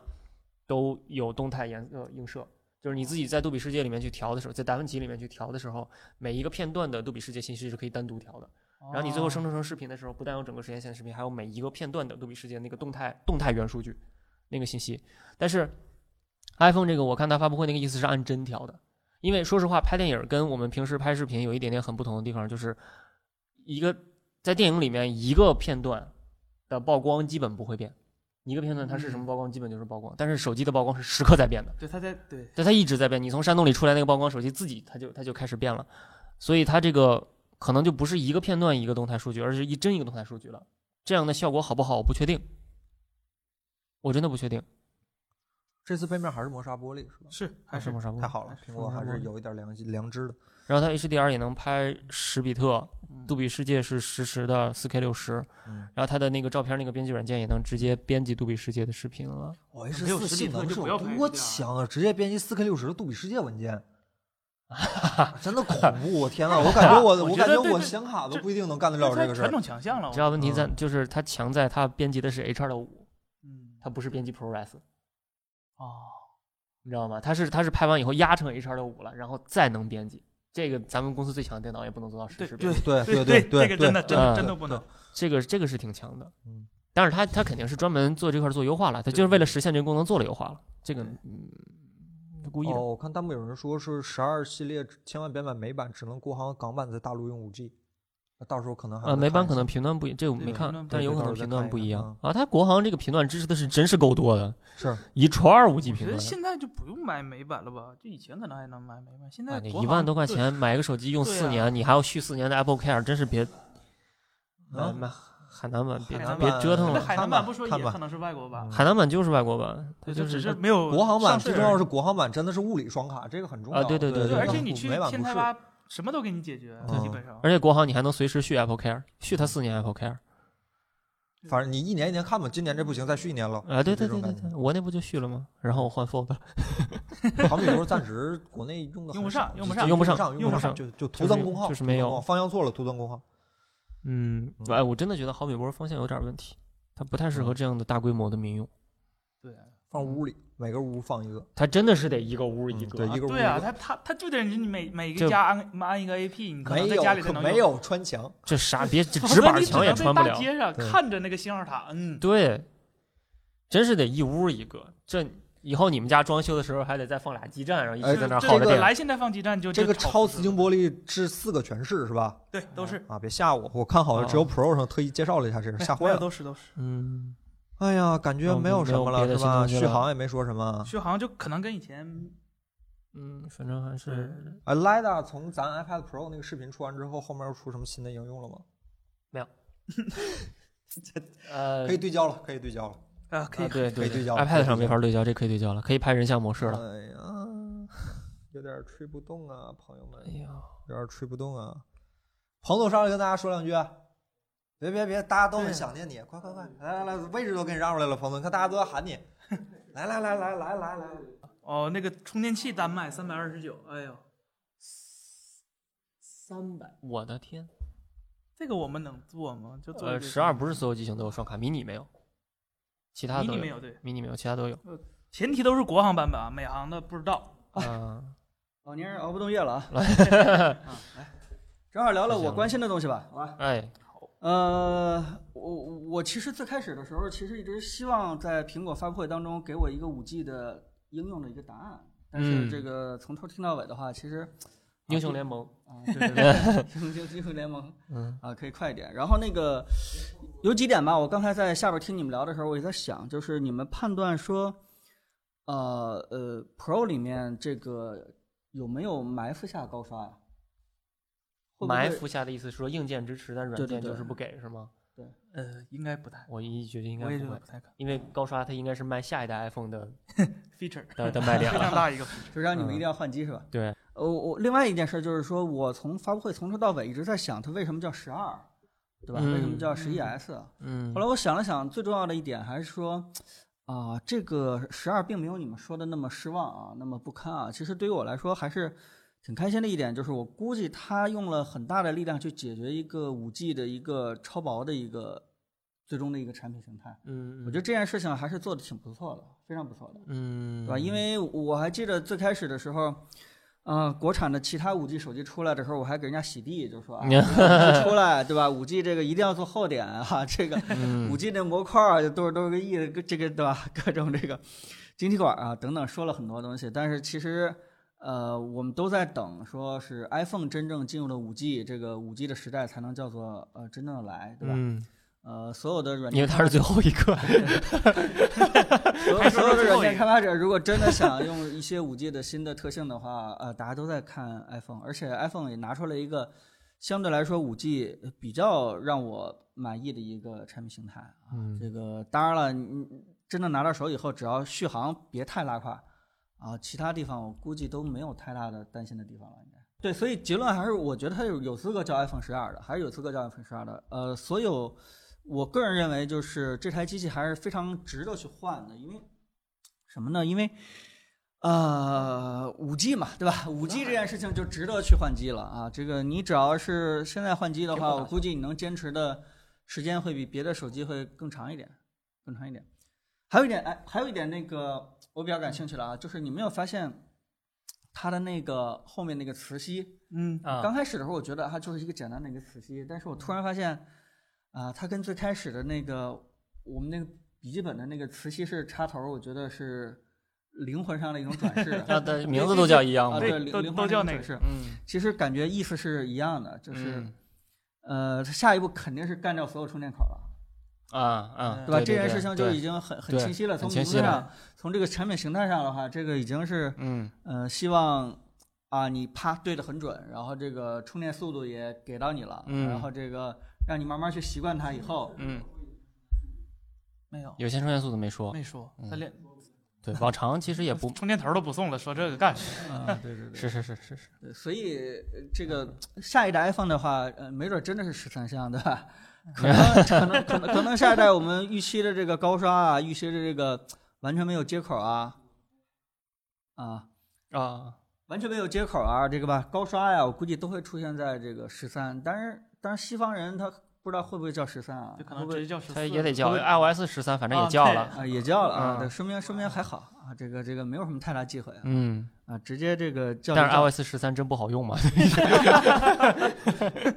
[SPEAKER 2] 都有动态颜色映射，就是你自己在杜比世界里面去调的时候，在达芬奇里面去调的时候，每一个片段的杜比世界信息是可以单独调的。
[SPEAKER 3] 看。
[SPEAKER 2] 然后你最后
[SPEAKER 3] 哦
[SPEAKER 2] 生成成视频的时候，不但有整个时间线视频，还有每一个片段的杜比世界那个动态动态元数据那个信息。但是 iPhone 这个，我看它发布会那个意思是按帧调的，因为说实话，拍电影跟我们平时拍视频有一点点很不同的地方，就是一个在电影里面一个片段的曝光基本不会变，一个片段它是什么曝光，基本就是曝光。但是手机的曝光是时刻在变的，
[SPEAKER 3] 对，它在对，
[SPEAKER 2] 对，它一直在变。你从山洞里出来那个曝光，手机自己它就它就开始变了，所以它这个可能就不是一个片段一个动态数据，而是一帧一个动态数据了。这样的效果好不好，我不确定，我真的不确定。
[SPEAKER 1] 这次背面还是磨砂玻璃啊是吧？
[SPEAKER 3] 是还
[SPEAKER 2] 还
[SPEAKER 3] 是
[SPEAKER 2] 是磨砂玻璃
[SPEAKER 1] 太好了，苹果还
[SPEAKER 2] 磨砂玻
[SPEAKER 1] 是
[SPEAKER 2] 璃
[SPEAKER 1] 有一点良心良知的。
[SPEAKER 2] 然后它 HDR 也能拍十比特，
[SPEAKER 3] 嗯
[SPEAKER 2] 杜比世界是实时的四 K 六十，
[SPEAKER 1] 嗯，
[SPEAKER 2] 然后它的那个照片那个编辑软件也能直接编辑杜比世界的视频了。
[SPEAKER 1] 我 H
[SPEAKER 3] 没有
[SPEAKER 1] 四
[SPEAKER 3] 实体
[SPEAKER 1] 性
[SPEAKER 3] 特
[SPEAKER 1] 能
[SPEAKER 3] 就是不
[SPEAKER 1] 有
[SPEAKER 3] 要拍
[SPEAKER 1] 多
[SPEAKER 3] HDR
[SPEAKER 1] 强啊！直接编辑四 K 六十杜比世界文件，真的恐怖！我天呐，我感觉我
[SPEAKER 3] 我
[SPEAKER 1] 我
[SPEAKER 3] 觉
[SPEAKER 1] 感
[SPEAKER 3] 得
[SPEAKER 1] 觉
[SPEAKER 3] 对
[SPEAKER 1] 我
[SPEAKER 3] 对
[SPEAKER 1] 显卡都
[SPEAKER 3] 这
[SPEAKER 1] 不一定能干得了
[SPEAKER 3] 它
[SPEAKER 1] 这个事
[SPEAKER 3] 传
[SPEAKER 1] 儿。
[SPEAKER 3] 统强项了
[SPEAKER 2] 主，要问题在
[SPEAKER 1] 嗯
[SPEAKER 2] 就是它强在它编辑的是 H 二的五，
[SPEAKER 3] 嗯，
[SPEAKER 2] 它不是编辑 ProRes，
[SPEAKER 3] 哦，
[SPEAKER 2] 你知道吗？它是它是拍完以后压成 H 二的五了，然后再能编辑。这个咱们公司最强的电脑也不能做到实
[SPEAKER 3] 对
[SPEAKER 2] 时编
[SPEAKER 3] 对
[SPEAKER 2] 辑，
[SPEAKER 1] 对
[SPEAKER 3] 对
[SPEAKER 1] 对
[SPEAKER 3] 这个真的
[SPEAKER 1] 对
[SPEAKER 3] 真的
[SPEAKER 2] 嗯
[SPEAKER 3] 真的不能，
[SPEAKER 2] 这个这个是挺强的。
[SPEAKER 1] 嗯，
[SPEAKER 2] 但是它它肯定是专门做这块儿做优化了，它就是为了实现这个功能做了优化了。这个
[SPEAKER 3] 对
[SPEAKER 2] 嗯，它故意的。
[SPEAKER 1] 哦，我看弹幕有人说是十二系列千万别买美版，只能国行港版在大陆用五 G，到时候可能还
[SPEAKER 2] 呃，
[SPEAKER 1] 会
[SPEAKER 2] 美
[SPEAKER 1] 看
[SPEAKER 2] 版
[SPEAKER 1] 一
[SPEAKER 2] 可
[SPEAKER 1] 下
[SPEAKER 2] 能频段不一，这我
[SPEAKER 3] 对
[SPEAKER 2] 没
[SPEAKER 3] 吧
[SPEAKER 2] 看
[SPEAKER 3] 频段，不
[SPEAKER 2] 但
[SPEAKER 1] 一
[SPEAKER 2] 有
[SPEAKER 1] 样
[SPEAKER 2] 可能
[SPEAKER 1] 到时候
[SPEAKER 2] 频
[SPEAKER 1] 再
[SPEAKER 2] 段
[SPEAKER 1] 看
[SPEAKER 2] 不
[SPEAKER 1] 一
[SPEAKER 2] 一
[SPEAKER 1] 看
[SPEAKER 2] 样啊。它国行这个频段支持的是真是够多的，
[SPEAKER 1] 是
[SPEAKER 2] 一串儿五 G 哎
[SPEAKER 3] 我觉
[SPEAKER 2] 频
[SPEAKER 3] 得
[SPEAKER 2] 段。
[SPEAKER 3] 现在就不用买美版了吧？就以前可能还能买美版，现
[SPEAKER 2] 啊，
[SPEAKER 3] 在
[SPEAKER 2] 你
[SPEAKER 3] 国
[SPEAKER 2] 一万
[SPEAKER 3] 行
[SPEAKER 2] 多块
[SPEAKER 3] 对
[SPEAKER 2] 钱买个手机用
[SPEAKER 3] 对
[SPEAKER 2] 四
[SPEAKER 3] 啊
[SPEAKER 2] 年，你还要续四年的 Apple Care，真是别，
[SPEAKER 1] 啊
[SPEAKER 2] 买买海南版别
[SPEAKER 1] 海南
[SPEAKER 2] 别
[SPEAKER 1] 版
[SPEAKER 2] 折腾
[SPEAKER 3] 那
[SPEAKER 1] 那
[SPEAKER 2] 了。
[SPEAKER 3] 海
[SPEAKER 1] 海
[SPEAKER 3] 南
[SPEAKER 1] 南
[SPEAKER 3] 版
[SPEAKER 1] 版
[SPEAKER 3] 不说也
[SPEAKER 1] 看吧
[SPEAKER 3] 可能是外国版，
[SPEAKER 2] 海南版就是外国版，嗯它
[SPEAKER 3] 对，
[SPEAKER 2] 就
[SPEAKER 3] 就只
[SPEAKER 2] 是
[SPEAKER 3] 是没有
[SPEAKER 1] 国行版
[SPEAKER 3] 上市
[SPEAKER 1] 最
[SPEAKER 3] 而
[SPEAKER 1] 重要
[SPEAKER 3] 已
[SPEAKER 1] 是国行版真的是物理双卡，这个很重要。
[SPEAKER 2] 啊对对对
[SPEAKER 1] 对
[SPEAKER 3] 对，而且你
[SPEAKER 1] 不
[SPEAKER 3] 去
[SPEAKER 1] 美版
[SPEAKER 3] 天
[SPEAKER 1] 不
[SPEAKER 3] 台
[SPEAKER 1] 是。
[SPEAKER 3] 吧，什么都给你解决，
[SPEAKER 1] 嗯
[SPEAKER 3] 基本上。
[SPEAKER 2] 而且国行你还能随时续 Apple Care，续它四年 Apple Care。
[SPEAKER 1] 反正你一年一年看吧，今年这不行，再续一年了。
[SPEAKER 2] 啊，
[SPEAKER 1] 就
[SPEAKER 2] 对对
[SPEAKER 1] 这种
[SPEAKER 2] 对对
[SPEAKER 1] 感觉
[SPEAKER 2] 对，我那不就续了吗？然后我换 Fold，了
[SPEAKER 1] 毫米轴暂时国内用的
[SPEAKER 3] 用不上用不上
[SPEAKER 1] 用
[SPEAKER 2] 用不上
[SPEAKER 1] 上，
[SPEAKER 2] 用
[SPEAKER 1] 不
[SPEAKER 2] 不上
[SPEAKER 1] 就就
[SPEAKER 2] 就
[SPEAKER 1] 徒增
[SPEAKER 2] 是
[SPEAKER 1] 功耗，
[SPEAKER 2] 就是没
[SPEAKER 1] 徒增
[SPEAKER 2] 有
[SPEAKER 1] 功耗方向错了，徒增功耗。
[SPEAKER 2] 嗯，
[SPEAKER 1] 嗯
[SPEAKER 2] 哎，我真的觉得毫米波方向有点问题，它不太适合这样的大规模的民用。
[SPEAKER 3] 对啊
[SPEAKER 1] 放屋里，每个屋放一个，
[SPEAKER 2] 它真的是得一个屋一
[SPEAKER 1] 嗯
[SPEAKER 2] 个
[SPEAKER 1] 对，一个屋
[SPEAKER 3] 对啊，他他他就得你每每
[SPEAKER 2] 这
[SPEAKER 3] 个家安安一个 AP，你可能
[SPEAKER 1] 没
[SPEAKER 3] 在
[SPEAKER 1] 有
[SPEAKER 3] 家里才
[SPEAKER 1] 可
[SPEAKER 3] 能
[SPEAKER 1] 没
[SPEAKER 3] 用。
[SPEAKER 1] 有穿墙，
[SPEAKER 2] 这啥别这
[SPEAKER 3] 否
[SPEAKER 2] 纸
[SPEAKER 3] 则
[SPEAKER 2] 板
[SPEAKER 3] 你只
[SPEAKER 2] 墙也
[SPEAKER 3] 能在
[SPEAKER 2] 穿不
[SPEAKER 3] 大
[SPEAKER 2] 了。
[SPEAKER 3] 街上
[SPEAKER 1] 对
[SPEAKER 3] 看着那个信号塔，嗯，
[SPEAKER 2] 对，真是得一屋一个。这以后你们家装修的时候还得再放俩基站，然后一
[SPEAKER 1] 哎
[SPEAKER 2] 直在那儿
[SPEAKER 3] 这
[SPEAKER 2] 耗着
[SPEAKER 3] 个
[SPEAKER 2] 电。
[SPEAKER 3] 来现在放基站就
[SPEAKER 1] 这个
[SPEAKER 3] 就
[SPEAKER 1] 超瓷晶玻璃是四个全是是吧？
[SPEAKER 3] 对都是
[SPEAKER 1] 啊，别吓我，我看好像只有
[SPEAKER 2] 哦
[SPEAKER 1] Pro 上特意介绍了一下这个，吓
[SPEAKER 3] 没
[SPEAKER 1] 坏
[SPEAKER 3] 有
[SPEAKER 1] 了。
[SPEAKER 3] 都是都是。
[SPEAKER 2] 嗯，
[SPEAKER 1] 哎呀，感觉
[SPEAKER 2] 嗯
[SPEAKER 1] 没有
[SPEAKER 2] 没
[SPEAKER 1] 什
[SPEAKER 2] 有
[SPEAKER 1] 么
[SPEAKER 2] 别
[SPEAKER 1] 了
[SPEAKER 2] 的
[SPEAKER 1] 是
[SPEAKER 2] 新
[SPEAKER 1] 吧？
[SPEAKER 2] 东西
[SPEAKER 1] 续
[SPEAKER 2] 了
[SPEAKER 1] 航也没说什么。
[SPEAKER 3] 续航就可能跟以前
[SPEAKER 2] 嗯，反正还是
[SPEAKER 1] 啊，LiDAR 从咱 iPad Pro 那个视频出完之后，后面又出什么新的应用了吗？
[SPEAKER 2] 呃
[SPEAKER 1] 可以，对焦了，可以对焦了。
[SPEAKER 3] 啊可以
[SPEAKER 1] 啊
[SPEAKER 2] 对
[SPEAKER 1] 可以
[SPEAKER 2] 对
[SPEAKER 1] 对焦可以
[SPEAKER 2] ，iPad
[SPEAKER 1] 对
[SPEAKER 2] 上没
[SPEAKER 1] 焦
[SPEAKER 2] 法对焦，这可以对焦了，可以拍人像模式了。
[SPEAKER 1] 哎呀，有点吹不动啊，朋友们
[SPEAKER 2] 哎。呀，
[SPEAKER 1] 有点吹不动啊。彭总上来跟大家说两句啊，别别别，大家
[SPEAKER 4] 啊
[SPEAKER 1] 都很想念你，快快快，来来来，位置都给你让出来了，彭总，看大家都在喊你，来来来来来来来，
[SPEAKER 3] 哦，那个充电器单卖三百二十九，哎呦，
[SPEAKER 2] 三百，我的天！
[SPEAKER 3] 这个我们能做吗？就做
[SPEAKER 2] 呃，
[SPEAKER 3] 这个
[SPEAKER 2] 十二不是所有机型都有双卡，迷你没有，其他
[SPEAKER 3] 迷
[SPEAKER 2] 都
[SPEAKER 3] 你没
[SPEAKER 2] 有，
[SPEAKER 3] 有对，
[SPEAKER 2] 迷你没有，其他都 有。
[SPEAKER 3] 前提都是国行版本啊，美行的不知道。
[SPEAKER 2] 啊，
[SPEAKER 4] 老年人熬不动夜了啊！ 正好聊聊我关心的东西吧，好吧？
[SPEAKER 2] 哎，
[SPEAKER 4] 呃，我我其实最开始的时候，其实一直希望在苹果发布会当中给我一个五 G 的应用的一个答案，但
[SPEAKER 2] 嗯
[SPEAKER 4] 是这个从头听到尾的话，其实
[SPEAKER 2] 英雄联盟，呃
[SPEAKER 4] 啊，对 对对，英雄 英雄联盟
[SPEAKER 2] 嗯
[SPEAKER 4] 啊，可以快一点。然后那个有几点吧，我刚才在下边听你们聊的时候，我也在想，就是你们判断说，呃呃，Pro 里面这个有没有埋伏下高刷呀、会不会
[SPEAKER 2] 埋伏下的意思是说硬件支持，但软
[SPEAKER 4] 对对
[SPEAKER 2] 件就
[SPEAKER 4] 对
[SPEAKER 2] 是不给，是吗？
[SPEAKER 3] 呃，应该不太，
[SPEAKER 2] 我一觉得应该
[SPEAKER 3] 我也觉
[SPEAKER 2] 不
[SPEAKER 3] 得
[SPEAKER 2] 会
[SPEAKER 3] 不，太可能。
[SPEAKER 2] 因为高刷它应该是卖下一代 iPhone 的
[SPEAKER 3] feature
[SPEAKER 2] 的的卖点
[SPEAKER 3] 非
[SPEAKER 2] 了。
[SPEAKER 3] 常大一个，
[SPEAKER 4] 就让你们
[SPEAKER 2] 嗯
[SPEAKER 4] 一定要换机是吧？
[SPEAKER 2] 对，
[SPEAKER 4] 呃，我另外一件事就是说，我从发布会从头到尾一直在想，它为什么叫十二，对吧？
[SPEAKER 2] 嗯
[SPEAKER 4] 为什么叫十一 S？
[SPEAKER 2] 嗯
[SPEAKER 4] 后来我想了想，最重要的一点还是说，啊、这个十二并没有你们说的那么失望啊，那么不堪啊。其实对于我来说，还是挺开心的一点，就是我估计它用了很大的力量去解决一个五 G 的一个超薄的一个最终的一个产品形态。
[SPEAKER 2] 嗯，
[SPEAKER 4] 我觉得这件事情还是做的挺不错的，非常不错的。
[SPEAKER 2] 嗯，
[SPEAKER 4] 对吧？因为我还记得最开始的时候，呃，国产的其他五 G 手机出来的时候，我还给人家洗地，就 说啊，5G
[SPEAKER 2] 嗯
[SPEAKER 4] 出来对吧？五 G 这个一定要做厚点啊，这个
[SPEAKER 2] 嗯
[SPEAKER 4] 五 G 的模块儿啊都是都是个亿的这个对吧？各种这个晶体管啊等等，说了很多东西，但是其实。呃，我们都在等，说是 iPhone 真正进入了五 G 这个五 G 的时代，才能叫做呃真正的来，对吧？
[SPEAKER 2] 嗯
[SPEAKER 4] 呃，所有的软
[SPEAKER 2] 因
[SPEAKER 4] 件
[SPEAKER 2] 为他是最后一 个。
[SPEAKER 4] 所
[SPEAKER 3] 还
[SPEAKER 4] 有
[SPEAKER 3] 说
[SPEAKER 4] 所有
[SPEAKER 3] 到
[SPEAKER 4] 的
[SPEAKER 3] 最
[SPEAKER 4] 软
[SPEAKER 3] 后一
[SPEAKER 4] 件
[SPEAKER 3] 个
[SPEAKER 4] 开发者如果真的想用一些五 G 的新的特性的话，呃，大家都在看 iPhone，而且 iPhone 也拿出了一个相对来说五 G 比较让我满意的一个产品形态啊。
[SPEAKER 1] 嗯
[SPEAKER 4] 这个当然了，你真的拿到手以后，只要续航别太拉胯啊，其他地方我估计都没有太大的担心的地方了，应该。对，所以结论还是我觉得它有有资格叫 iPhone 十二的，还是有资格叫 iPhone 十二的。呃，所有我个人认为就是这台机器还是非常值得去换的，因为什么呢？因为呃，五 G 嘛，对吧？五 G 这件事情就值得去换机了啊！这个你只要是现在换机的
[SPEAKER 2] 挺不
[SPEAKER 4] 话，
[SPEAKER 2] 打
[SPEAKER 4] 我估计你能坚持的时间会比别的手机会更长一点，更长一点。还有一点，哎，还有一点，那个我比较感兴趣了啊，就是你没有发现它的那个后面那个磁吸，
[SPEAKER 3] 嗯，
[SPEAKER 2] 啊，
[SPEAKER 4] 刚开始的时候，我觉得它就是一个简单的一个磁吸，但是我突然发现，啊、它跟最开始的那个我们那个笔记本的那个磁吸式插头，我觉得是灵魂上的一种转世
[SPEAKER 2] 那的名字都叫一样吗？
[SPEAKER 4] 啊，对，
[SPEAKER 3] 对
[SPEAKER 4] 灵
[SPEAKER 3] 都
[SPEAKER 4] 灵魂
[SPEAKER 3] 都
[SPEAKER 4] 上
[SPEAKER 3] 叫
[SPEAKER 4] 的
[SPEAKER 3] 那
[SPEAKER 4] 转
[SPEAKER 3] 个
[SPEAKER 4] 世，
[SPEAKER 2] 嗯，
[SPEAKER 4] 其实感觉意思是一样的，就是、
[SPEAKER 2] 嗯
[SPEAKER 4] 呃，它下一步肯定是干掉所有充电口了，
[SPEAKER 2] 啊啊，
[SPEAKER 4] 对吧？
[SPEAKER 2] 对
[SPEAKER 4] 这件事情就
[SPEAKER 2] 对
[SPEAKER 4] 已经很很
[SPEAKER 2] 对
[SPEAKER 4] 清晰了，
[SPEAKER 2] 很
[SPEAKER 4] 从
[SPEAKER 2] 清
[SPEAKER 4] 名
[SPEAKER 2] 晰
[SPEAKER 4] 字
[SPEAKER 2] 了
[SPEAKER 4] 上，从这个产品形态上的话，这个已经是
[SPEAKER 2] 嗯
[SPEAKER 4] 呃，希望啊，你啪对的很准，然后这个充电速度也给到你了，
[SPEAKER 2] 嗯
[SPEAKER 4] 然后这个让你慢慢去习惯它以后，
[SPEAKER 2] 嗯，
[SPEAKER 3] 没有，
[SPEAKER 2] 有线充电速度没说，
[SPEAKER 3] 没说，
[SPEAKER 2] 嗯
[SPEAKER 3] 他连
[SPEAKER 2] 对，往常其实也不，
[SPEAKER 3] 充电头都不送了，说这个干什么？
[SPEAKER 4] 啊，对对对，
[SPEAKER 2] 是是是是是，
[SPEAKER 4] 对所以呃这个下一代 iPhone 的话，呃，没准真的是十三香，对吧？可能可能可能可能下一代我们预期的这个高刷啊，预期的这个完全没有接口啊，啊，
[SPEAKER 2] 啊，
[SPEAKER 4] 完全没有接口啊，这个吧，高刷呀，我估计都会出现在这个十三。但是，但是西方人他不知道会不会叫十三啊？
[SPEAKER 3] 就可
[SPEAKER 4] 会
[SPEAKER 3] 能
[SPEAKER 4] 不
[SPEAKER 3] 直
[SPEAKER 4] 会
[SPEAKER 3] 接叫十
[SPEAKER 2] 它
[SPEAKER 3] 四，
[SPEAKER 2] 也得叫
[SPEAKER 3] 会不会
[SPEAKER 2] iOS 十三，反正也叫了，
[SPEAKER 4] 啊也叫了啊
[SPEAKER 2] 嗯，
[SPEAKER 4] 对，说明说明还好啊，这个这个没有什么太大忌讳啊，
[SPEAKER 2] 嗯，
[SPEAKER 4] 啊直接这个叫就
[SPEAKER 2] 但是啊
[SPEAKER 4] 叫。
[SPEAKER 2] iOS 十三真不好用嘛，
[SPEAKER 4] 对对对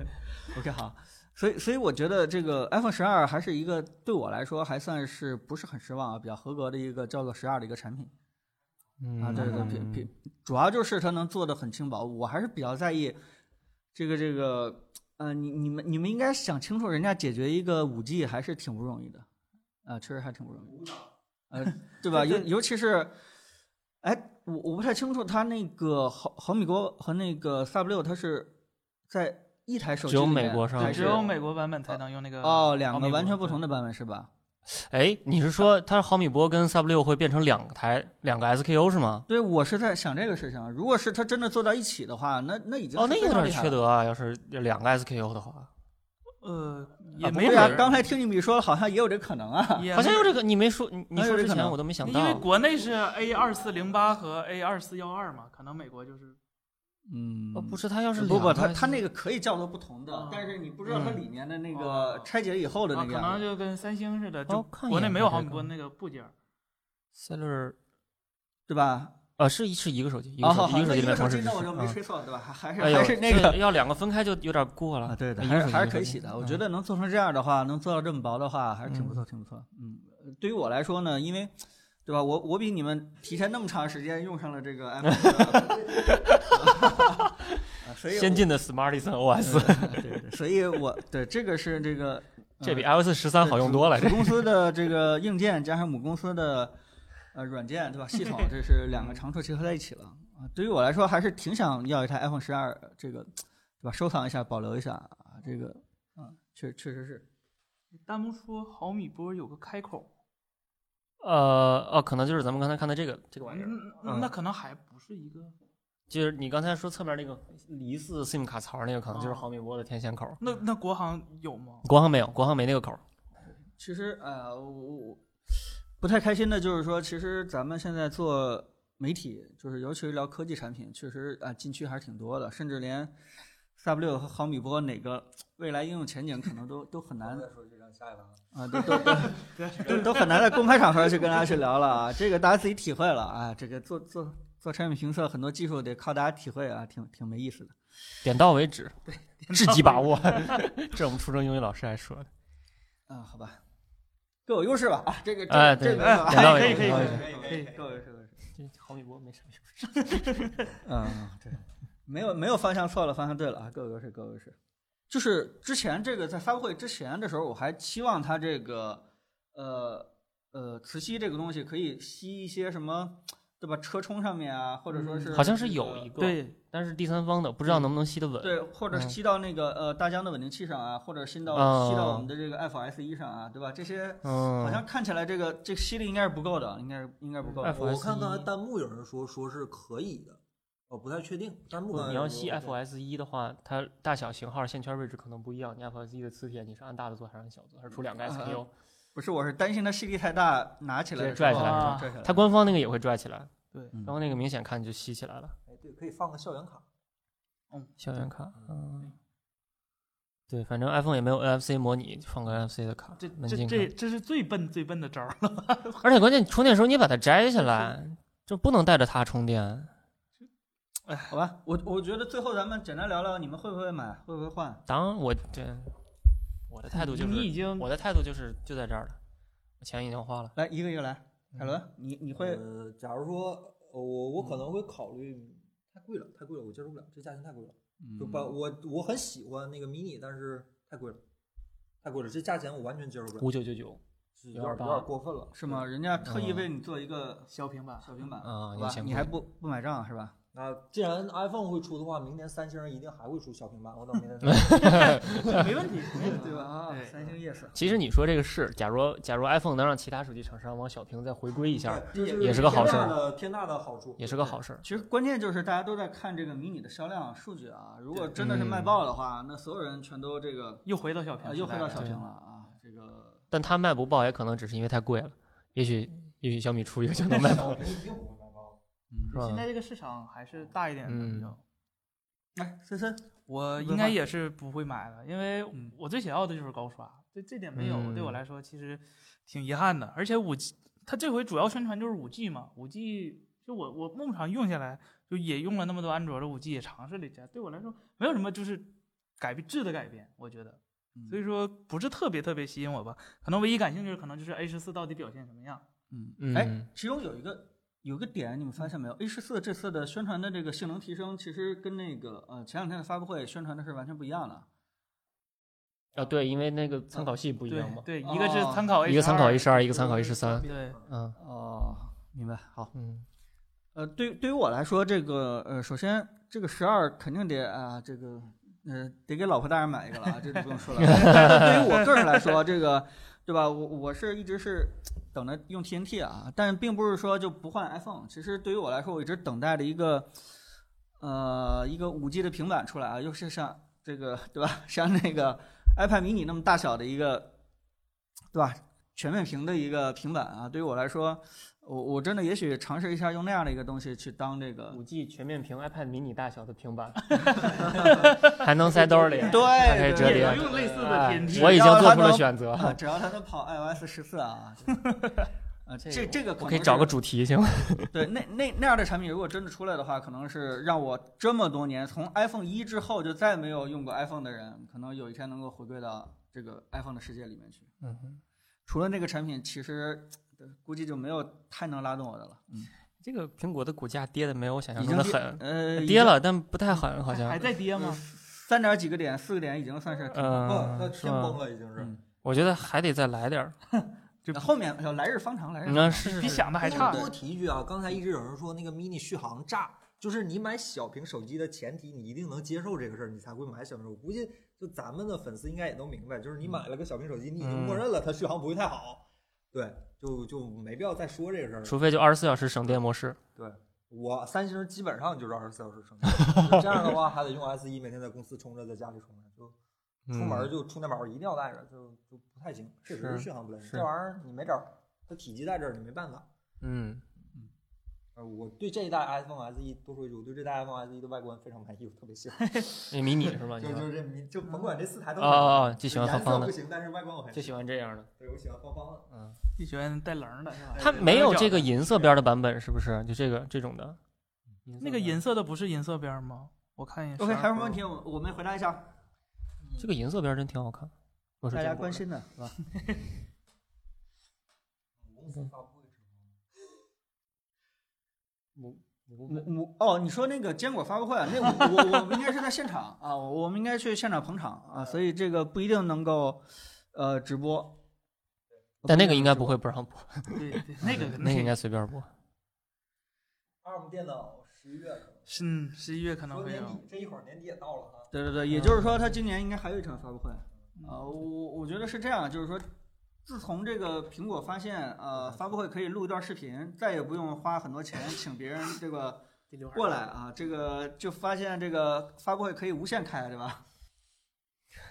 [SPEAKER 4] OK 好，所以所以我觉得这个 iPhone 十二还是一个对我来说还算是不是很失望啊，比较合格的一个叫做十二的一个产品。啊，对对，
[SPEAKER 2] 嗯
[SPEAKER 4] 比比主要就是它能做的很轻薄，我还是比较在意这个这个，呃，你你们你们应该想清楚，人家解决一个五 G 还是挺不容易的，啊、确实还挺不容易，呃，对吧？尤尤其是，哎，我我不太清楚它那个毫毫米波和那个 Sub 六，它是在一台手机
[SPEAKER 2] 只有
[SPEAKER 4] 里
[SPEAKER 2] 美
[SPEAKER 4] 面
[SPEAKER 2] 国上
[SPEAKER 4] 还
[SPEAKER 3] 对，
[SPEAKER 4] 是
[SPEAKER 3] 只有美国版本才能用那个
[SPEAKER 4] 哦，两
[SPEAKER 3] 毫
[SPEAKER 4] 个
[SPEAKER 3] 米
[SPEAKER 4] 完
[SPEAKER 3] 波
[SPEAKER 4] 全不同
[SPEAKER 3] 对
[SPEAKER 4] 的版本是吧？
[SPEAKER 2] 哎，你是
[SPEAKER 4] 啊
[SPEAKER 2] 说它毫米波跟 Sub 六会变成两个台两个 SKU 是吗？
[SPEAKER 4] 对，我是在想这个事情。如果是它真的做到一起的话，那那已经
[SPEAKER 2] 哦，
[SPEAKER 4] 是
[SPEAKER 2] 那
[SPEAKER 4] 非
[SPEAKER 2] 有
[SPEAKER 4] 常
[SPEAKER 2] 点
[SPEAKER 4] 厉害
[SPEAKER 2] 缺
[SPEAKER 4] 了
[SPEAKER 2] 德啊！要是两个 SKU 的话，
[SPEAKER 3] 呃，也
[SPEAKER 2] 不
[SPEAKER 3] 没
[SPEAKER 2] 会
[SPEAKER 4] 对
[SPEAKER 3] 准
[SPEAKER 4] 啊
[SPEAKER 3] 儿，，
[SPEAKER 4] 刚才听你们说了，好像也有这可能啊。
[SPEAKER 3] 也
[SPEAKER 2] 好像
[SPEAKER 3] 没
[SPEAKER 2] 有这个，你没说，你你
[SPEAKER 4] 哎有
[SPEAKER 2] 说
[SPEAKER 4] 这
[SPEAKER 2] 之
[SPEAKER 4] 可
[SPEAKER 2] 前
[SPEAKER 4] 能
[SPEAKER 2] 我都没想
[SPEAKER 3] 因为
[SPEAKER 2] 到。
[SPEAKER 3] 国内是 A 二四零八和 A 二四幺二嘛，可能美国就是
[SPEAKER 4] 嗯
[SPEAKER 2] 哦，不是，它要是
[SPEAKER 4] 不不，
[SPEAKER 2] 两个
[SPEAKER 4] 它它那个可以叫做不同的
[SPEAKER 3] 啊，
[SPEAKER 4] 但是你不知道它里面的那
[SPEAKER 3] 哦
[SPEAKER 4] 个拆解以后的
[SPEAKER 3] 啊，
[SPEAKER 4] 那
[SPEAKER 3] 可
[SPEAKER 4] 个样
[SPEAKER 3] 能
[SPEAKER 4] 子。
[SPEAKER 3] 就跟三星似的，
[SPEAKER 2] 哦
[SPEAKER 3] 就
[SPEAKER 2] 看一
[SPEAKER 3] 国内
[SPEAKER 2] 眼
[SPEAKER 3] 没有
[SPEAKER 2] 吧
[SPEAKER 3] 毫
[SPEAKER 2] 这
[SPEAKER 3] 米
[SPEAKER 2] 个
[SPEAKER 3] 波那个部件儿，
[SPEAKER 2] cellular
[SPEAKER 4] 对吧？
[SPEAKER 2] 呃是一是一个手机，一
[SPEAKER 4] 啊
[SPEAKER 2] 个手
[SPEAKER 4] 好
[SPEAKER 2] 机
[SPEAKER 4] 好
[SPEAKER 2] 一个手机里面同
[SPEAKER 4] 那手机
[SPEAKER 2] 时支
[SPEAKER 4] 那我
[SPEAKER 2] 持
[SPEAKER 4] 就没
[SPEAKER 2] 啊
[SPEAKER 4] 吹错，对吧？还还是
[SPEAKER 2] 哎呦
[SPEAKER 4] 还是那
[SPEAKER 2] 这
[SPEAKER 4] 个
[SPEAKER 2] 要两个分开就有点过
[SPEAKER 4] 啊，
[SPEAKER 2] 了。
[SPEAKER 4] 对的，
[SPEAKER 2] 一
[SPEAKER 4] 还
[SPEAKER 2] 个
[SPEAKER 4] 是
[SPEAKER 2] 手机
[SPEAKER 4] 还
[SPEAKER 2] 一
[SPEAKER 4] 是
[SPEAKER 2] 个
[SPEAKER 4] 可以
[SPEAKER 2] 手
[SPEAKER 4] 洗的。
[SPEAKER 2] 机
[SPEAKER 4] 我
[SPEAKER 2] 嗯
[SPEAKER 4] 觉得能做成这样的话，能做到这么薄的话，还是挺不
[SPEAKER 2] 嗯
[SPEAKER 4] 错，挺不错。嗯，呃对于我来说呢，因为。对吧？我我比你们提前那么长时间用上了这个 iPhone，啊所以我
[SPEAKER 2] 先进的 Smartisan OS，
[SPEAKER 4] 对对对，所以我对这个是这个，呃
[SPEAKER 2] 这比 iOS 十三好用多了。
[SPEAKER 4] 子
[SPEAKER 2] 这
[SPEAKER 4] 公司的这个硬件加上母公司的呃软件，对吧？系统这是两个长处结合在一起了啊。对于我来说，还是挺想要一台 iPhone 十二，这个对吧？收藏一下，保留一下啊。这个啊，确确实是
[SPEAKER 3] 弹幕嗯说毫米波有个开口，
[SPEAKER 2] 呃哦，可能就是咱们刚才看的这个这个玩意儿。
[SPEAKER 3] 嗯
[SPEAKER 2] 嗯
[SPEAKER 3] 那可能还不是一个，
[SPEAKER 2] 就是你刚才说侧面那个疑似 SIM 卡槽那个，可能就是
[SPEAKER 3] 哦
[SPEAKER 2] 毫米波的天线口儿。
[SPEAKER 3] 那那国行有吗？
[SPEAKER 2] 国行没有，国行没那个口儿。
[SPEAKER 4] 其实呃，我我不太开心的就是说，其实咱们现在做媒体，就是尤其是聊科技产品，确实啊禁区还是挺多的，甚至连 Sub 六和毫米波哪个未来应用前景可能都都很难
[SPEAKER 1] 说这让下一盘。
[SPEAKER 4] 啊，都都都 都很难在公开场合去跟大家去聊了啊，这个大家自己体会了啊，这个做做做产品评测，很多技术得靠大家体会啊，挺挺没意思的。
[SPEAKER 2] 点到为止， 至极把握。 这我们初中英语老师还说的。
[SPEAKER 4] 啊，好吧，各有优势吧啊，这个这
[SPEAKER 2] 哎
[SPEAKER 4] 个这
[SPEAKER 2] 对
[SPEAKER 4] 个
[SPEAKER 3] 哎
[SPEAKER 4] 啊
[SPEAKER 2] 讲道理
[SPEAKER 4] 可以可以
[SPEAKER 2] 讲道
[SPEAKER 4] 可
[SPEAKER 2] 理
[SPEAKER 4] 以可以，各有优势各有优势。
[SPEAKER 2] 这毫米波没啥用。
[SPEAKER 4] 嗯，对，没有没有方向错了，方向对了啊，各有优势各有优势。就是之前这个在发布会之前的时候，我还期望它这个呃呃磁吸这个东西可以吸一些什么，对吧？车充上面啊，或者说是
[SPEAKER 2] 嗯好像
[SPEAKER 4] 这
[SPEAKER 2] 是有
[SPEAKER 4] 个
[SPEAKER 2] 一个，，
[SPEAKER 3] 对，
[SPEAKER 2] 但是第三方的不知道能不能吸得稳。
[SPEAKER 4] 对，或者
[SPEAKER 2] 嗯
[SPEAKER 4] 吸到那个呃大疆的稳定器上啊，或者吸到
[SPEAKER 2] 啊
[SPEAKER 4] 吸到我们的这个 F S E 上啊，对吧？这些
[SPEAKER 2] 嗯，
[SPEAKER 4] 好像看起来这个这个吸力应该是不够的，应该是应该是不够的。
[SPEAKER 2] FS
[SPEAKER 1] 我看刚才弹幕有人说说是可以的，我不太确定。弹幕
[SPEAKER 2] 不
[SPEAKER 1] 刚才
[SPEAKER 2] 你要
[SPEAKER 1] 有人
[SPEAKER 2] 吸
[SPEAKER 1] 说
[SPEAKER 2] FS 一的话，它大小、型号、线圈位置可能不一样。你 FS 一的磁铁，你是按大的做还是按小的做，还是出两个
[SPEAKER 4] 啊
[SPEAKER 2] SKU？、
[SPEAKER 4] 不是，我是担心它吸力太大，拿起来
[SPEAKER 2] 直接
[SPEAKER 4] 的时
[SPEAKER 2] 拽
[SPEAKER 4] 候
[SPEAKER 2] 起
[SPEAKER 3] 来
[SPEAKER 4] 啊
[SPEAKER 3] 是
[SPEAKER 4] 拽起来。
[SPEAKER 2] 它官方那个也会拽起来，
[SPEAKER 3] 对
[SPEAKER 4] 嗯
[SPEAKER 2] 然后那个明显看就吸起来了。
[SPEAKER 1] 哎，对，可以放个校园卡。
[SPEAKER 2] 校园卡，嗯，对，反正 iPhone 也没有 NFC 模拟，就放个 NFC 的卡，
[SPEAKER 3] 这
[SPEAKER 2] 门
[SPEAKER 3] 这
[SPEAKER 2] 禁卡
[SPEAKER 3] 这这是最笨最笨的招儿了。
[SPEAKER 2] 而且关键充电时候你也把它摘下来，就不能带着它充电。
[SPEAKER 4] 好吧，我我觉得最后咱们简单聊聊，你们会不会买，会不会换？
[SPEAKER 2] 当我对我的态度就
[SPEAKER 3] 你已
[SPEAKER 2] 是，
[SPEAKER 3] 经
[SPEAKER 2] 我的态度就是就在这儿了，我钱已经花了。
[SPEAKER 4] 来，一个一个来。凯伦，
[SPEAKER 3] 嗯
[SPEAKER 4] 你你会嗯
[SPEAKER 1] 呃，假如说呃我我可能会考虑，太贵了，太贵了，我接受不了，这价钱太贵了。就把
[SPEAKER 2] 嗯
[SPEAKER 1] 我我很喜欢那个 mini，但是太贵了，太贵了，这价钱我完全接受不了，
[SPEAKER 2] 五九九九
[SPEAKER 1] 是有点有点过分了。
[SPEAKER 4] 是吗？人家特意为你做一个小平板，小平板，
[SPEAKER 2] 啊，
[SPEAKER 4] 好
[SPEAKER 2] 有
[SPEAKER 4] 吧？
[SPEAKER 2] 钱
[SPEAKER 4] 嗯你
[SPEAKER 2] 贵
[SPEAKER 4] 还不不买账是吧？
[SPEAKER 1] 那既然 iPhone 会出的话，明年三星一定还会出小平板，我 等明年再说。
[SPEAKER 4] 没问 题，没问题对吧？啊
[SPEAKER 3] 对，
[SPEAKER 4] 三星 yes，
[SPEAKER 2] 其实你说这个是，假如假如 iPhone 能让其他手机厂商往小屏再回归一下，
[SPEAKER 1] 对
[SPEAKER 4] 也
[SPEAKER 1] 这
[SPEAKER 2] 也是个好事儿
[SPEAKER 1] 天大的天大的好处
[SPEAKER 2] 也是个好事儿。
[SPEAKER 4] 其实关键就是大家都在看这个迷你的销量数据啊，如果真的是卖爆的话，那所有人全都这个
[SPEAKER 3] 呃又回到小
[SPEAKER 4] 啊
[SPEAKER 3] 屏，
[SPEAKER 4] 又回到小
[SPEAKER 2] 对
[SPEAKER 4] 屏了啊，这个
[SPEAKER 2] 但它卖不爆，也可能只是因为太贵了。也许也许小米出一个就能卖爆，
[SPEAKER 1] 小屏一定不会卖爆。
[SPEAKER 2] 是
[SPEAKER 3] 现在
[SPEAKER 2] 吧？
[SPEAKER 3] 这个市场还是大一点的
[SPEAKER 2] 嗯
[SPEAKER 3] 比较。
[SPEAKER 4] 哎，森森，
[SPEAKER 3] 我
[SPEAKER 4] 会
[SPEAKER 3] 呃应该
[SPEAKER 4] 换
[SPEAKER 3] 也是不会买的，因为我最想要的就是高刷，这这点没有，对
[SPEAKER 2] 嗯
[SPEAKER 3] 我来说其实挺遗憾的。而且五 G，它这回主要宣传就是五 G 嘛，五 G 就我我牧场用下来，就也用了那么多安卓的五 G，也尝试了一下，对我来说没有什么就是改变质的改变，我觉得，
[SPEAKER 4] 嗯
[SPEAKER 3] 所以说不是特别特别吸引我吧。可能唯一感兴趣的可能就是 A 十四到底表现什么样。
[SPEAKER 4] 嗯
[SPEAKER 2] 嗯
[SPEAKER 4] 哎，其中有一个有个点，你们发现没有？A 十四这次的宣传的这个性能提升，其实跟那个呃前两天的发布会宣传的是完全不一样的。
[SPEAKER 2] 啊，对，因为那个参考系不一
[SPEAKER 3] 对
[SPEAKER 2] 样嘛，
[SPEAKER 3] 对，一个是
[SPEAKER 4] 哦
[SPEAKER 3] 参考 A，
[SPEAKER 2] 一个参考 A
[SPEAKER 3] 12
[SPEAKER 2] 十二，一个参考 A 十三。
[SPEAKER 3] 对，
[SPEAKER 2] 嗯
[SPEAKER 4] 哦，明白，好。
[SPEAKER 2] 嗯，
[SPEAKER 4] 呃，对对于我来说，这个呃，首先这个十二肯定得啊、这个呃，得给老婆大人买一个了啊，这就不用说了。但是对于我个人来说，这个对吧？我我是一直是等着用 TNT 啊，但并不是说就不换 iPhone。其实对于我来说，我一直等待着一个呃一个五 G 的平板出来啊，又是像这个对吧？像那个 iPad mini 那么大小的一个对吧？全面屏的一个平板啊，对于我来说，我我真的也许尝试一下用那样的一个东西去当这个
[SPEAKER 2] 五 G 全面屏 iPad mini 大小的平板，还能塞兜里，
[SPEAKER 4] 对
[SPEAKER 2] 还可以折
[SPEAKER 3] 也能
[SPEAKER 2] 叠。
[SPEAKER 3] 用类似的
[SPEAKER 2] 哎
[SPEAKER 3] 天梯。
[SPEAKER 2] 我已经
[SPEAKER 4] 只要
[SPEAKER 2] 做
[SPEAKER 4] 它
[SPEAKER 2] 出了
[SPEAKER 4] 能
[SPEAKER 2] 选择，
[SPEAKER 4] 啊，只要它能跑 iOS 十四啊， 啊，这这个
[SPEAKER 2] 我
[SPEAKER 4] 可
[SPEAKER 2] 可以
[SPEAKER 4] 能
[SPEAKER 2] 找
[SPEAKER 4] 是
[SPEAKER 2] 个主题行吗？
[SPEAKER 4] 对那那那样的产品，如果真的出来的话，可能是让我这么多年从 iPhone 一之后就再没有用过 iPhone 的人，可能有一天能够回归到这个 iPhone 的世界里面去。
[SPEAKER 2] 嗯哼，
[SPEAKER 4] 除了那个产品，其实呃估计就没有太能拉动我的了。
[SPEAKER 2] 嗯这个苹果的股价跌的没有我想象
[SPEAKER 4] 已
[SPEAKER 2] 中
[SPEAKER 4] 经
[SPEAKER 2] 的
[SPEAKER 4] 跌
[SPEAKER 2] 狠，
[SPEAKER 4] 呃，已
[SPEAKER 2] 跌
[SPEAKER 4] 经
[SPEAKER 2] 了，但不太狠，好像
[SPEAKER 3] 还。在跌吗？
[SPEAKER 4] 三点几个点、四个点，已经算是挺
[SPEAKER 1] 啊，那
[SPEAKER 2] 嗯，是
[SPEAKER 1] 天
[SPEAKER 2] 吧
[SPEAKER 1] 崩？了已经是。
[SPEAKER 4] 嗯
[SPEAKER 2] 我觉得还得再来点儿。
[SPEAKER 3] 就
[SPEAKER 4] 后面要来日方长，来日方长。
[SPEAKER 2] 那嗯是是
[SPEAKER 3] 比
[SPEAKER 2] 是
[SPEAKER 3] 想的还
[SPEAKER 1] 多
[SPEAKER 3] 差。
[SPEAKER 1] 多提一句啊，刚才一直有人说那个 mini 续航炸，就是你买小屏手机的前提，你一定能接受这个事儿，你才会买小屏手机。我估计就咱们的粉丝应该也都明白，就是你买了个小屏手机，你已经默认了它续航不会太好，对，就就没必要再说这个事儿了。
[SPEAKER 2] 除非就二十四小时省电模式。
[SPEAKER 1] 对我三星基本上就是二十四小时充电，就这样的话还得用 S E 一每天在公司充着，在家里充着，就出门就充电宝一定要带着，就就不太行，确实
[SPEAKER 2] 嗯
[SPEAKER 1] 是
[SPEAKER 2] 是
[SPEAKER 1] 续航不来。
[SPEAKER 2] 是
[SPEAKER 1] 这玩意儿你没招儿，它体积在这儿，你没办法。
[SPEAKER 2] 嗯，
[SPEAKER 1] 呃，我对这一代 iPhone SE 多说一句，我对这代 iPhone SE 的外观非常满意，我特别喜欢。
[SPEAKER 2] 那迷你是吧？
[SPEAKER 1] 就
[SPEAKER 2] 你
[SPEAKER 1] 就
[SPEAKER 2] 说
[SPEAKER 1] 是这嗯迷，就甭管这四台都
[SPEAKER 2] 哦哦哦，就喜欢
[SPEAKER 1] 颜
[SPEAKER 2] 方方
[SPEAKER 1] 色
[SPEAKER 2] 的
[SPEAKER 1] 不，行，但是外观我很
[SPEAKER 2] 就喜欢这样的。
[SPEAKER 1] 对我喜欢方方的。
[SPEAKER 2] 嗯，
[SPEAKER 3] 就喜欢带棱的是吧？
[SPEAKER 2] 它没哎有这个银色
[SPEAKER 3] 边。
[SPEAKER 2] 边的版本，是不是？就这个这种的。
[SPEAKER 3] 那个银色的不是银色边儿吗？我看一眼。
[SPEAKER 4] OK，还有什么问？题？我我们回答一下
[SPEAKER 2] 这个银色边真挺好看。我是
[SPEAKER 4] 大
[SPEAKER 2] 见
[SPEAKER 4] 家
[SPEAKER 2] 过
[SPEAKER 4] 关
[SPEAKER 2] 的
[SPEAKER 4] 心的，是吧？
[SPEAKER 1] 公司发布会之后，
[SPEAKER 4] 我我哦，你说那个坚果发布会啊，那我我我们应该是在现场啊，我我们应该去现场捧场啊，所以这个不一定能够呃直播。
[SPEAKER 2] 但那个应该不会不让播，
[SPEAKER 3] 对对，那个
[SPEAKER 2] 那个应
[SPEAKER 3] 个
[SPEAKER 2] 该随便播。
[SPEAKER 1] ARM 电脑十一月可
[SPEAKER 3] 是嗯十一月可
[SPEAKER 1] 能
[SPEAKER 3] 能
[SPEAKER 1] 说
[SPEAKER 3] 会
[SPEAKER 1] 年
[SPEAKER 3] 有。
[SPEAKER 2] 嗯
[SPEAKER 1] 底，这一会儿年底也到了啊。
[SPEAKER 4] 对对对，也就是说，他今年应该还有一场发布会啊、我我觉得是这样，就是说，自从这个苹果发现呃发布会可以录一段视频，再也不用花很多钱请别人这个
[SPEAKER 3] 第六
[SPEAKER 4] 过来啊，这个就发现这个发布会可以无限开，对吧？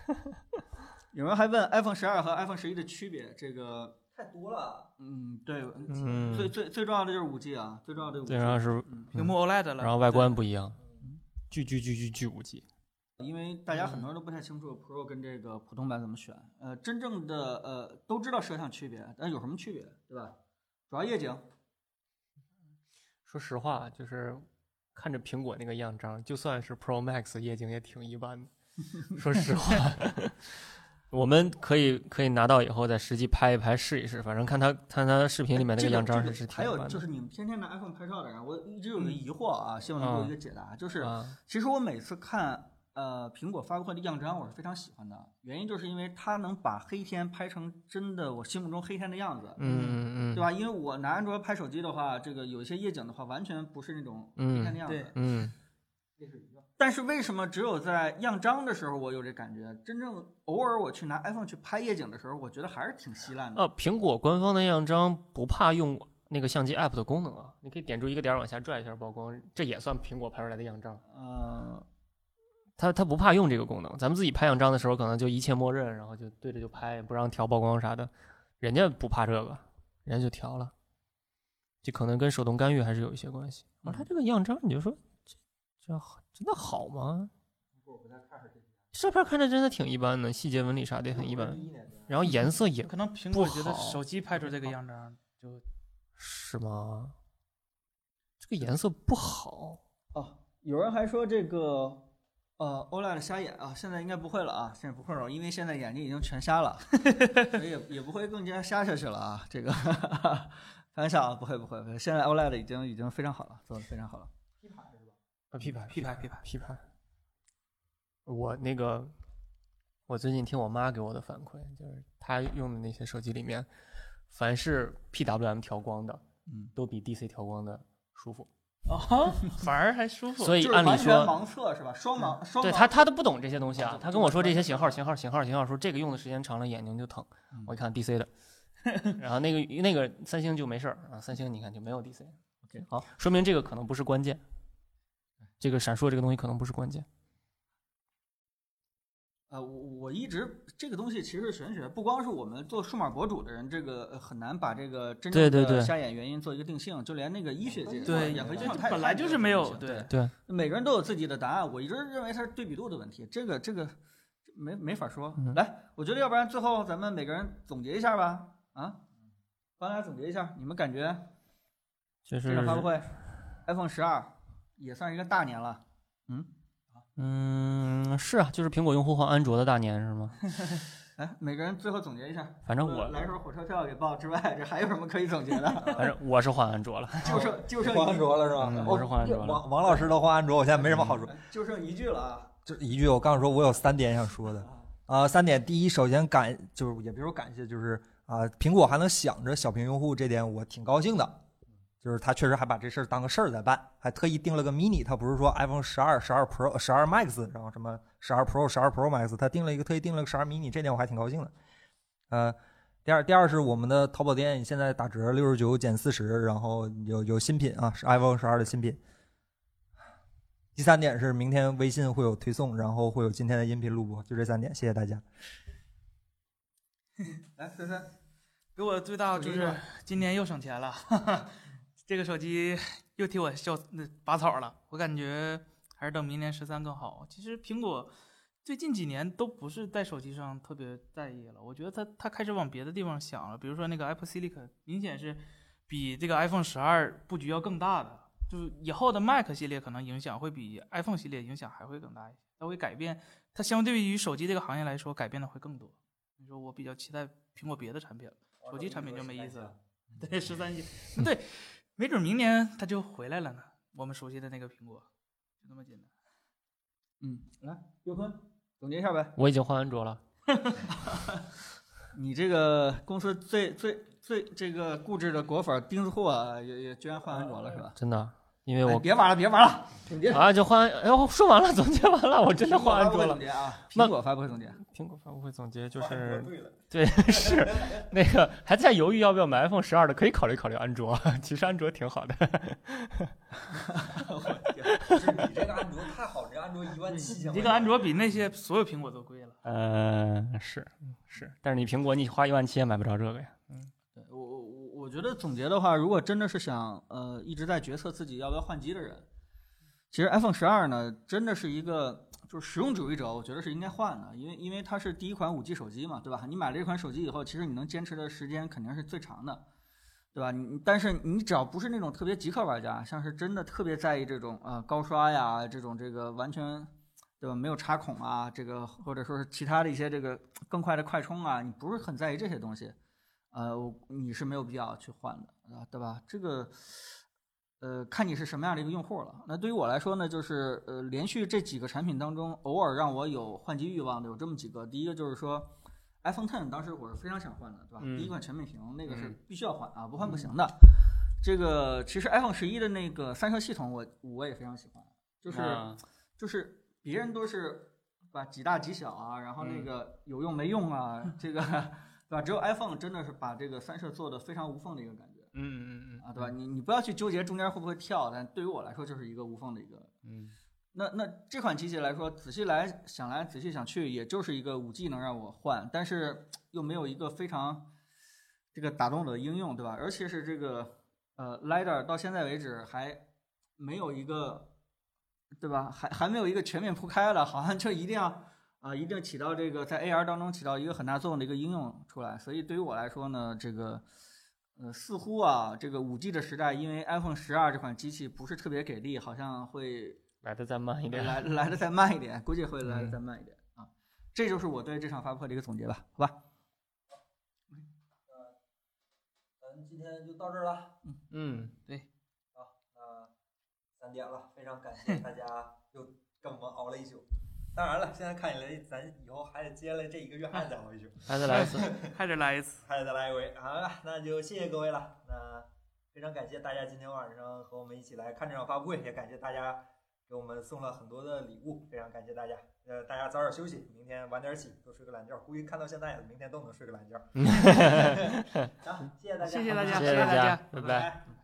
[SPEAKER 4] 有人还问 iPhone 十二和 iPhone 十一的区别，这个
[SPEAKER 1] 太多了，啊
[SPEAKER 4] 嗯，对，
[SPEAKER 2] 嗯，
[SPEAKER 4] 最最最重要的就是五 G 啊，最重要的五 G，嗯
[SPEAKER 2] 对，然后是
[SPEAKER 3] 屏幕 OLED 了，
[SPEAKER 2] 然后外观不一样，巨巨巨巨巨五 G。
[SPEAKER 4] 因为大家很多人都不太清楚 Pro 跟这个普通版怎么选。呃，真正的呃都知道摄像区别，但有什么区别，对吧？主要夜景，
[SPEAKER 2] 说实话，啊就是看着苹果那个样张，就算是 Pro Max 夜景也挺一般的。说实话， 我们可以可以拿到以后再实际拍一拍试一试，反正看他看他视频里面那
[SPEAKER 4] 这
[SPEAKER 2] 样张
[SPEAKER 4] 这
[SPEAKER 2] 是是挺
[SPEAKER 4] 还
[SPEAKER 2] 一
[SPEAKER 4] 有
[SPEAKER 2] 般
[SPEAKER 4] 就
[SPEAKER 2] 的。嗯
[SPEAKER 4] 是你们天天拿 iPhone 拍照的人，我一直有一个疑惑啊，希望能给我一个解答。就是
[SPEAKER 2] 啊，
[SPEAKER 4] 其实我每次看呃苹果发布会的样张，我是非常喜欢的，原因就是因为它能把黑天拍成真的我心目中黑天的样子，
[SPEAKER 2] 嗯嗯嗯，
[SPEAKER 4] 对吧？因为我拿安卓拍手机的话，这个有一些夜景的话，完全不是那种黑天
[SPEAKER 2] 嗯
[SPEAKER 4] 的样子。
[SPEAKER 3] 对
[SPEAKER 2] 嗯，
[SPEAKER 4] 但是为什么只有在样张的时候我有这感觉？真正偶尔我去拿 iPhone 去拍夜景的时候，我觉得还是挺稀烂的。
[SPEAKER 2] 呃，苹果官方的样张不怕用那个相机 app 的功能啊，你可以点住一个点儿往下拽一下曝光，这也算苹果拍出来的样张。
[SPEAKER 4] 呃，
[SPEAKER 2] 它它不怕用这个功能，咱们自己拍样张的时候可能就一切默认，然后就对着就拍，不让调曝光啥的，人家不怕这个，人家就调了，这可能跟手动干预还是有一些关系。而它这个样张，你就说这这好真的好吗？照片看着真的挺一般的，细节纹理啥的也很一
[SPEAKER 4] 嗯
[SPEAKER 2] 般，然后颜色也
[SPEAKER 3] 可能苹果觉
[SPEAKER 2] 不
[SPEAKER 3] 得
[SPEAKER 2] 好
[SPEAKER 3] 手机拍出这个样 啊张就是
[SPEAKER 2] 吗？这个颜色不好，
[SPEAKER 4] 哦，有人还说这个呃 OLED 瞎眼啊，现在应该不会了啊，现在不困扰，因为现在眼睛已经全瞎了，所以也也不会更加瞎下去了啊。这个 开玩笑啊，不会不会，不会现在 OLED 已经已经非常好了，做的非常好了。
[SPEAKER 2] 啊，P 牌
[SPEAKER 3] P 牌 P 牌，
[SPEAKER 2] 批判。我那个，我最近听我妈给我的反馈，就是她用的那些手机里面，凡是 PWM 调光的，
[SPEAKER 4] 嗯，
[SPEAKER 2] 都比 DC 调光的舒服。
[SPEAKER 3] 哦，反而还舒服。
[SPEAKER 2] 啊所以
[SPEAKER 4] 就是
[SPEAKER 2] 按理
[SPEAKER 4] 完全
[SPEAKER 2] 说，
[SPEAKER 4] 盲测是吧？双盲双盲
[SPEAKER 2] 对她她都不懂这些东西
[SPEAKER 4] 哦
[SPEAKER 2] 啊，
[SPEAKER 4] 对
[SPEAKER 2] 她跟我说这些型号、型号、型号、型号，说这个用的时间长了眼睛就疼
[SPEAKER 4] 嗯。
[SPEAKER 2] 我一看 DC 的，然后那个那个三星就没事儿啊，三星你看就没有 DC。
[SPEAKER 4] OK，
[SPEAKER 2] 好，说明这个可能不是关键，这个闪烁这个东西可能不是关键。
[SPEAKER 4] 呃，我我一直这个东西其实是玄学，不光是我们做数码博主的人，这个呃很难把这个真
[SPEAKER 2] 对
[SPEAKER 4] 正
[SPEAKER 2] 对
[SPEAKER 4] 的
[SPEAKER 2] 对
[SPEAKER 4] 瞎眼原因做一个定性，就连那个医学界
[SPEAKER 3] 对
[SPEAKER 4] 眼科
[SPEAKER 1] 对
[SPEAKER 4] 界
[SPEAKER 1] 就
[SPEAKER 4] 它也
[SPEAKER 3] 本来就是没有
[SPEAKER 4] 对
[SPEAKER 2] 对，
[SPEAKER 4] 每个人都有自己的答案，我一直认为它是对比度的问题，这个这个这没没法说。
[SPEAKER 2] 嗯
[SPEAKER 4] 来，我觉得要不然最后咱们每个人总结一下吧，啊，帮大家总结一下，你们感觉
[SPEAKER 2] 就是
[SPEAKER 4] 这场发布会，iPhone 十二也算是一个大年了，
[SPEAKER 2] 嗯，是啊，就是苹果用户换安卓的大年是吗？
[SPEAKER 4] 来，每个人最后总结一下，
[SPEAKER 2] 反正
[SPEAKER 4] 除了
[SPEAKER 2] 我，
[SPEAKER 4] 来时候火车票给报之外，这还有什么可以总结 的？
[SPEAKER 2] 反正我是换安卓了。
[SPEAKER 4] 就剩就剩
[SPEAKER 1] 换
[SPEAKER 4] 一
[SPEAKER 1] 安卓了是吧？
[SPEAKER 2] 嗯
[SPEAKER 1] 哦
[SPEAKER 2] 我是换安卓了
[SPEAKER 1] 王王老师都换安卓，我现在没什么好说。
[SPEAKER 4] 呃就剩一句了啊。
[SPEAKER 1] 就一句，我刚刚说我有三点想说的啊、三点，第一，首先感就是也别说感谢，就是啊、苹果还能想着小屏用户这点，我挺高兴的。就是他确实还把这事儿当个事儿在办，还特意定了个 mini，他不是说 iPhone 十二、十二 Pro、十二 Max，然后什么十二 Pro、十二 Pro Max，他定了一个特意定了个十二 mini，这点我还挺高兴的。呃，第二，第二是我们的淘宝店现在打折，六十九减四十，然后有有新品啊，是 iPhone 十二的新品。第三点是明天微信会有推送，然后会有今天的音频录播，就这三点，谢谢大家。
[SPEAKER 4] 来，森森，
[SPEAKER 3] 给我最大的就
[SPEAKER 4] 总结
[SPEAKER 3] 是
[SPEAKER 4] 一下
[SPEAKER 3] 今年又省钱了，哈哈，这个手机又替我笑那拔草了。我感觉还是等明年十三更好。其实苹果最近几年都不是在手机上特别在意了，我觉得它它开始往别的地方想了，比如说那个 Apple Silicon，明显是比这个 iPhone 十二布局要更大的。就是以后的 Mac 系列可能影响会比 iPhone 系列影响还会更大一些，它会改变它相对于手机这个行业来说改变的会更多。你说我比较期待苹果别的产品了。手 机产品就没意思了。对，十三亿，对，没准明年它就回来了呢。我们熟悉的那个苹果，就那么简单。
[SPEAKER 4] 嗯，来，岳坤总结一下呗。
[SPEAKER 2] 我已经换安卓了，
[SPEAKER 4] 你这个公司最最最这个固执的果粉钉子户啊，也也居然换安卓了是吧？
[SPEAKER 2] 真的，啊因为
[SPEAKER 4] 哎
[SPEAKER 2] 我
[SPEAKER 4] 别玩了，别玩了，总结。
[SPEAKER 2] 啊就换，哎呦，说完了，总结完了，我真的
[SPEAKER 4] 苹果
[SPEAKER 2] 换
[SPEAKER 4] 发
[SPEAKER 2] 安
[SPEAKER 4] 布
[SPEAKER 2] 卓
[SPEAKER 4] 会
[SPEAKER 2] 了
[SPEAKER 4] 总。结啊，
[SPEAKER 2] 那
[SPEAKER 4] 苹果发布会总结。
[SPEAKER 2] 苹果发布会总结就
[SPEAKER 1] 换安
[SPEAKER 2] 是
[SPEAKER 1] 卓对了
[SPEAKER 2] 对， 是那个还在犹豫要不要买 iPhone 十二的，可以考虑考虑安卓。其实安卓挺好的，
[SPEAKER 4] 我天
[SPEAKER 1] 就是你这个安卓太好，你这安卓一万七千
[SPEAKER 3] 你
[SPEAKER 1] 块钱，
[SPEAKER 3] 这个安卓比那些所有苹果都贵了。
[SPEAKER 2] 嗯、是是，但是你苹果你花一万七也买不着这个呀。
[SPEAKER 4] 对我我我我觉得总结的话，如果真的是想呃一直在决策自己要不要换机的人，其实 iPhone 十二呢，真的是一个就是实用主义者，我觉得是应该换的，因为因为它是第一款五 G 手机嘛，对吧？你买了这款手机以后，其实你能坚持的时间肯定是最长的，对吧？你但是你只要不是那种特别极客玩家，像是真的特别在意这种呃高刷呀，这种这个完全。对吧？没有插孔啊，这个或者说是其他的一些这个更快的快充啊，你不是很在意这些东西，呃，我你是没有必要去换的，啊，对吧？这个，呃，看你是什么样的一个用户了。那对于我来说呢，就是呃，连续这几个产品当中，偶尔让我有换机欲望的有这么几个。第一个就是说，iPhone Ten 当时我是非常想换的，对吧？
[SPEAKER 2] 嗯
[SPEAKER 4] 第一款全面屏那个是
[SPEAKER 2] 嗯
[SPEAKER 4] 必须要换啊，不换不行的。这个其实 iPhone 十一的那个三摄系统我，我也非常喜欢，就是、
[SPEAKER 2] 啊
[SPEAKER 4] 就是别人都是把几大几小啊，然后
[SPEAKER 2] 嗯
[SPEAKER 4] 那个有用没用啊，这个对吧？只有 iPhone 真的是把这个三摄做的非常无缝的一个感觉
[SPEAKER 2] 嗯嗯
[SPEAKER 4] 啊，对吧？你你不要去纠结中间会不会跳，但对于我来说就是一个无缝的一个。
[SPEAKER 2] 嗯
[SPEAKER 4] 那那这款机器来说，仔细来想来仔细想去，也就是一个五 G 能让我换，但是又没有一个非常这个打动我的应用，对吧？而且是这个呃 LiDAR 到现在为止还没有一个对吧？还还没有一个全面铺开了，好像就一定要啊、一定起到这个在 AR 当中起到一个很大作用的一个应用出来。所以对于我来说呢，这个呃，似乎啊，这个五 G 的时代，因为 iPhone 十二这款机器不是特别给力，好像会
[SPEAKER 2] 来的再慢一点。
[SPEAKER 4] 来来的再慢一点，估计会来的
[SPEAKER 2] 嗯
[SPEAKER 4] 再慢一点、啊。这就是我对这场发布会的一个总结吧，好吧？
[SPEAKER 1] 咱今天就到这儿了。
[SPEAKER 2] 嗯，
[SPEAKER 1] 那三点了，非常感谢大家又跟我们熬了一宿。当然了，现在看起来咱以后还得接下来这一个月还得再熬一宿，
[SPEAKER 2] 还得 来一次。
[SPEAKER 3] 还得来一次。
[SPEAKER 1] 还得再来一回。好了，那就谢谢各位了。那非常感谢大家今天晚上和我们一起来看这场发布会，也感谢大家给我们送了很多的礼物，非常感谢大家。呃，大家早点休息，明天晚点起，多睡个懒觉。 估计看到现在，明天都能睡个懒觉。行，谢谢大家，
[SPEAKER 3] 谢谢大家，
[SPEAKER 2] 谢
[SPEAKER 3] 谢
[SPEAKER 2] 谢大
[SPEAKER 3] 大
[SPEAKER 2] 家
[SPEAKER 3] 家，
[SPEAKER 2] 拜
[SPEAKER 1] 拜。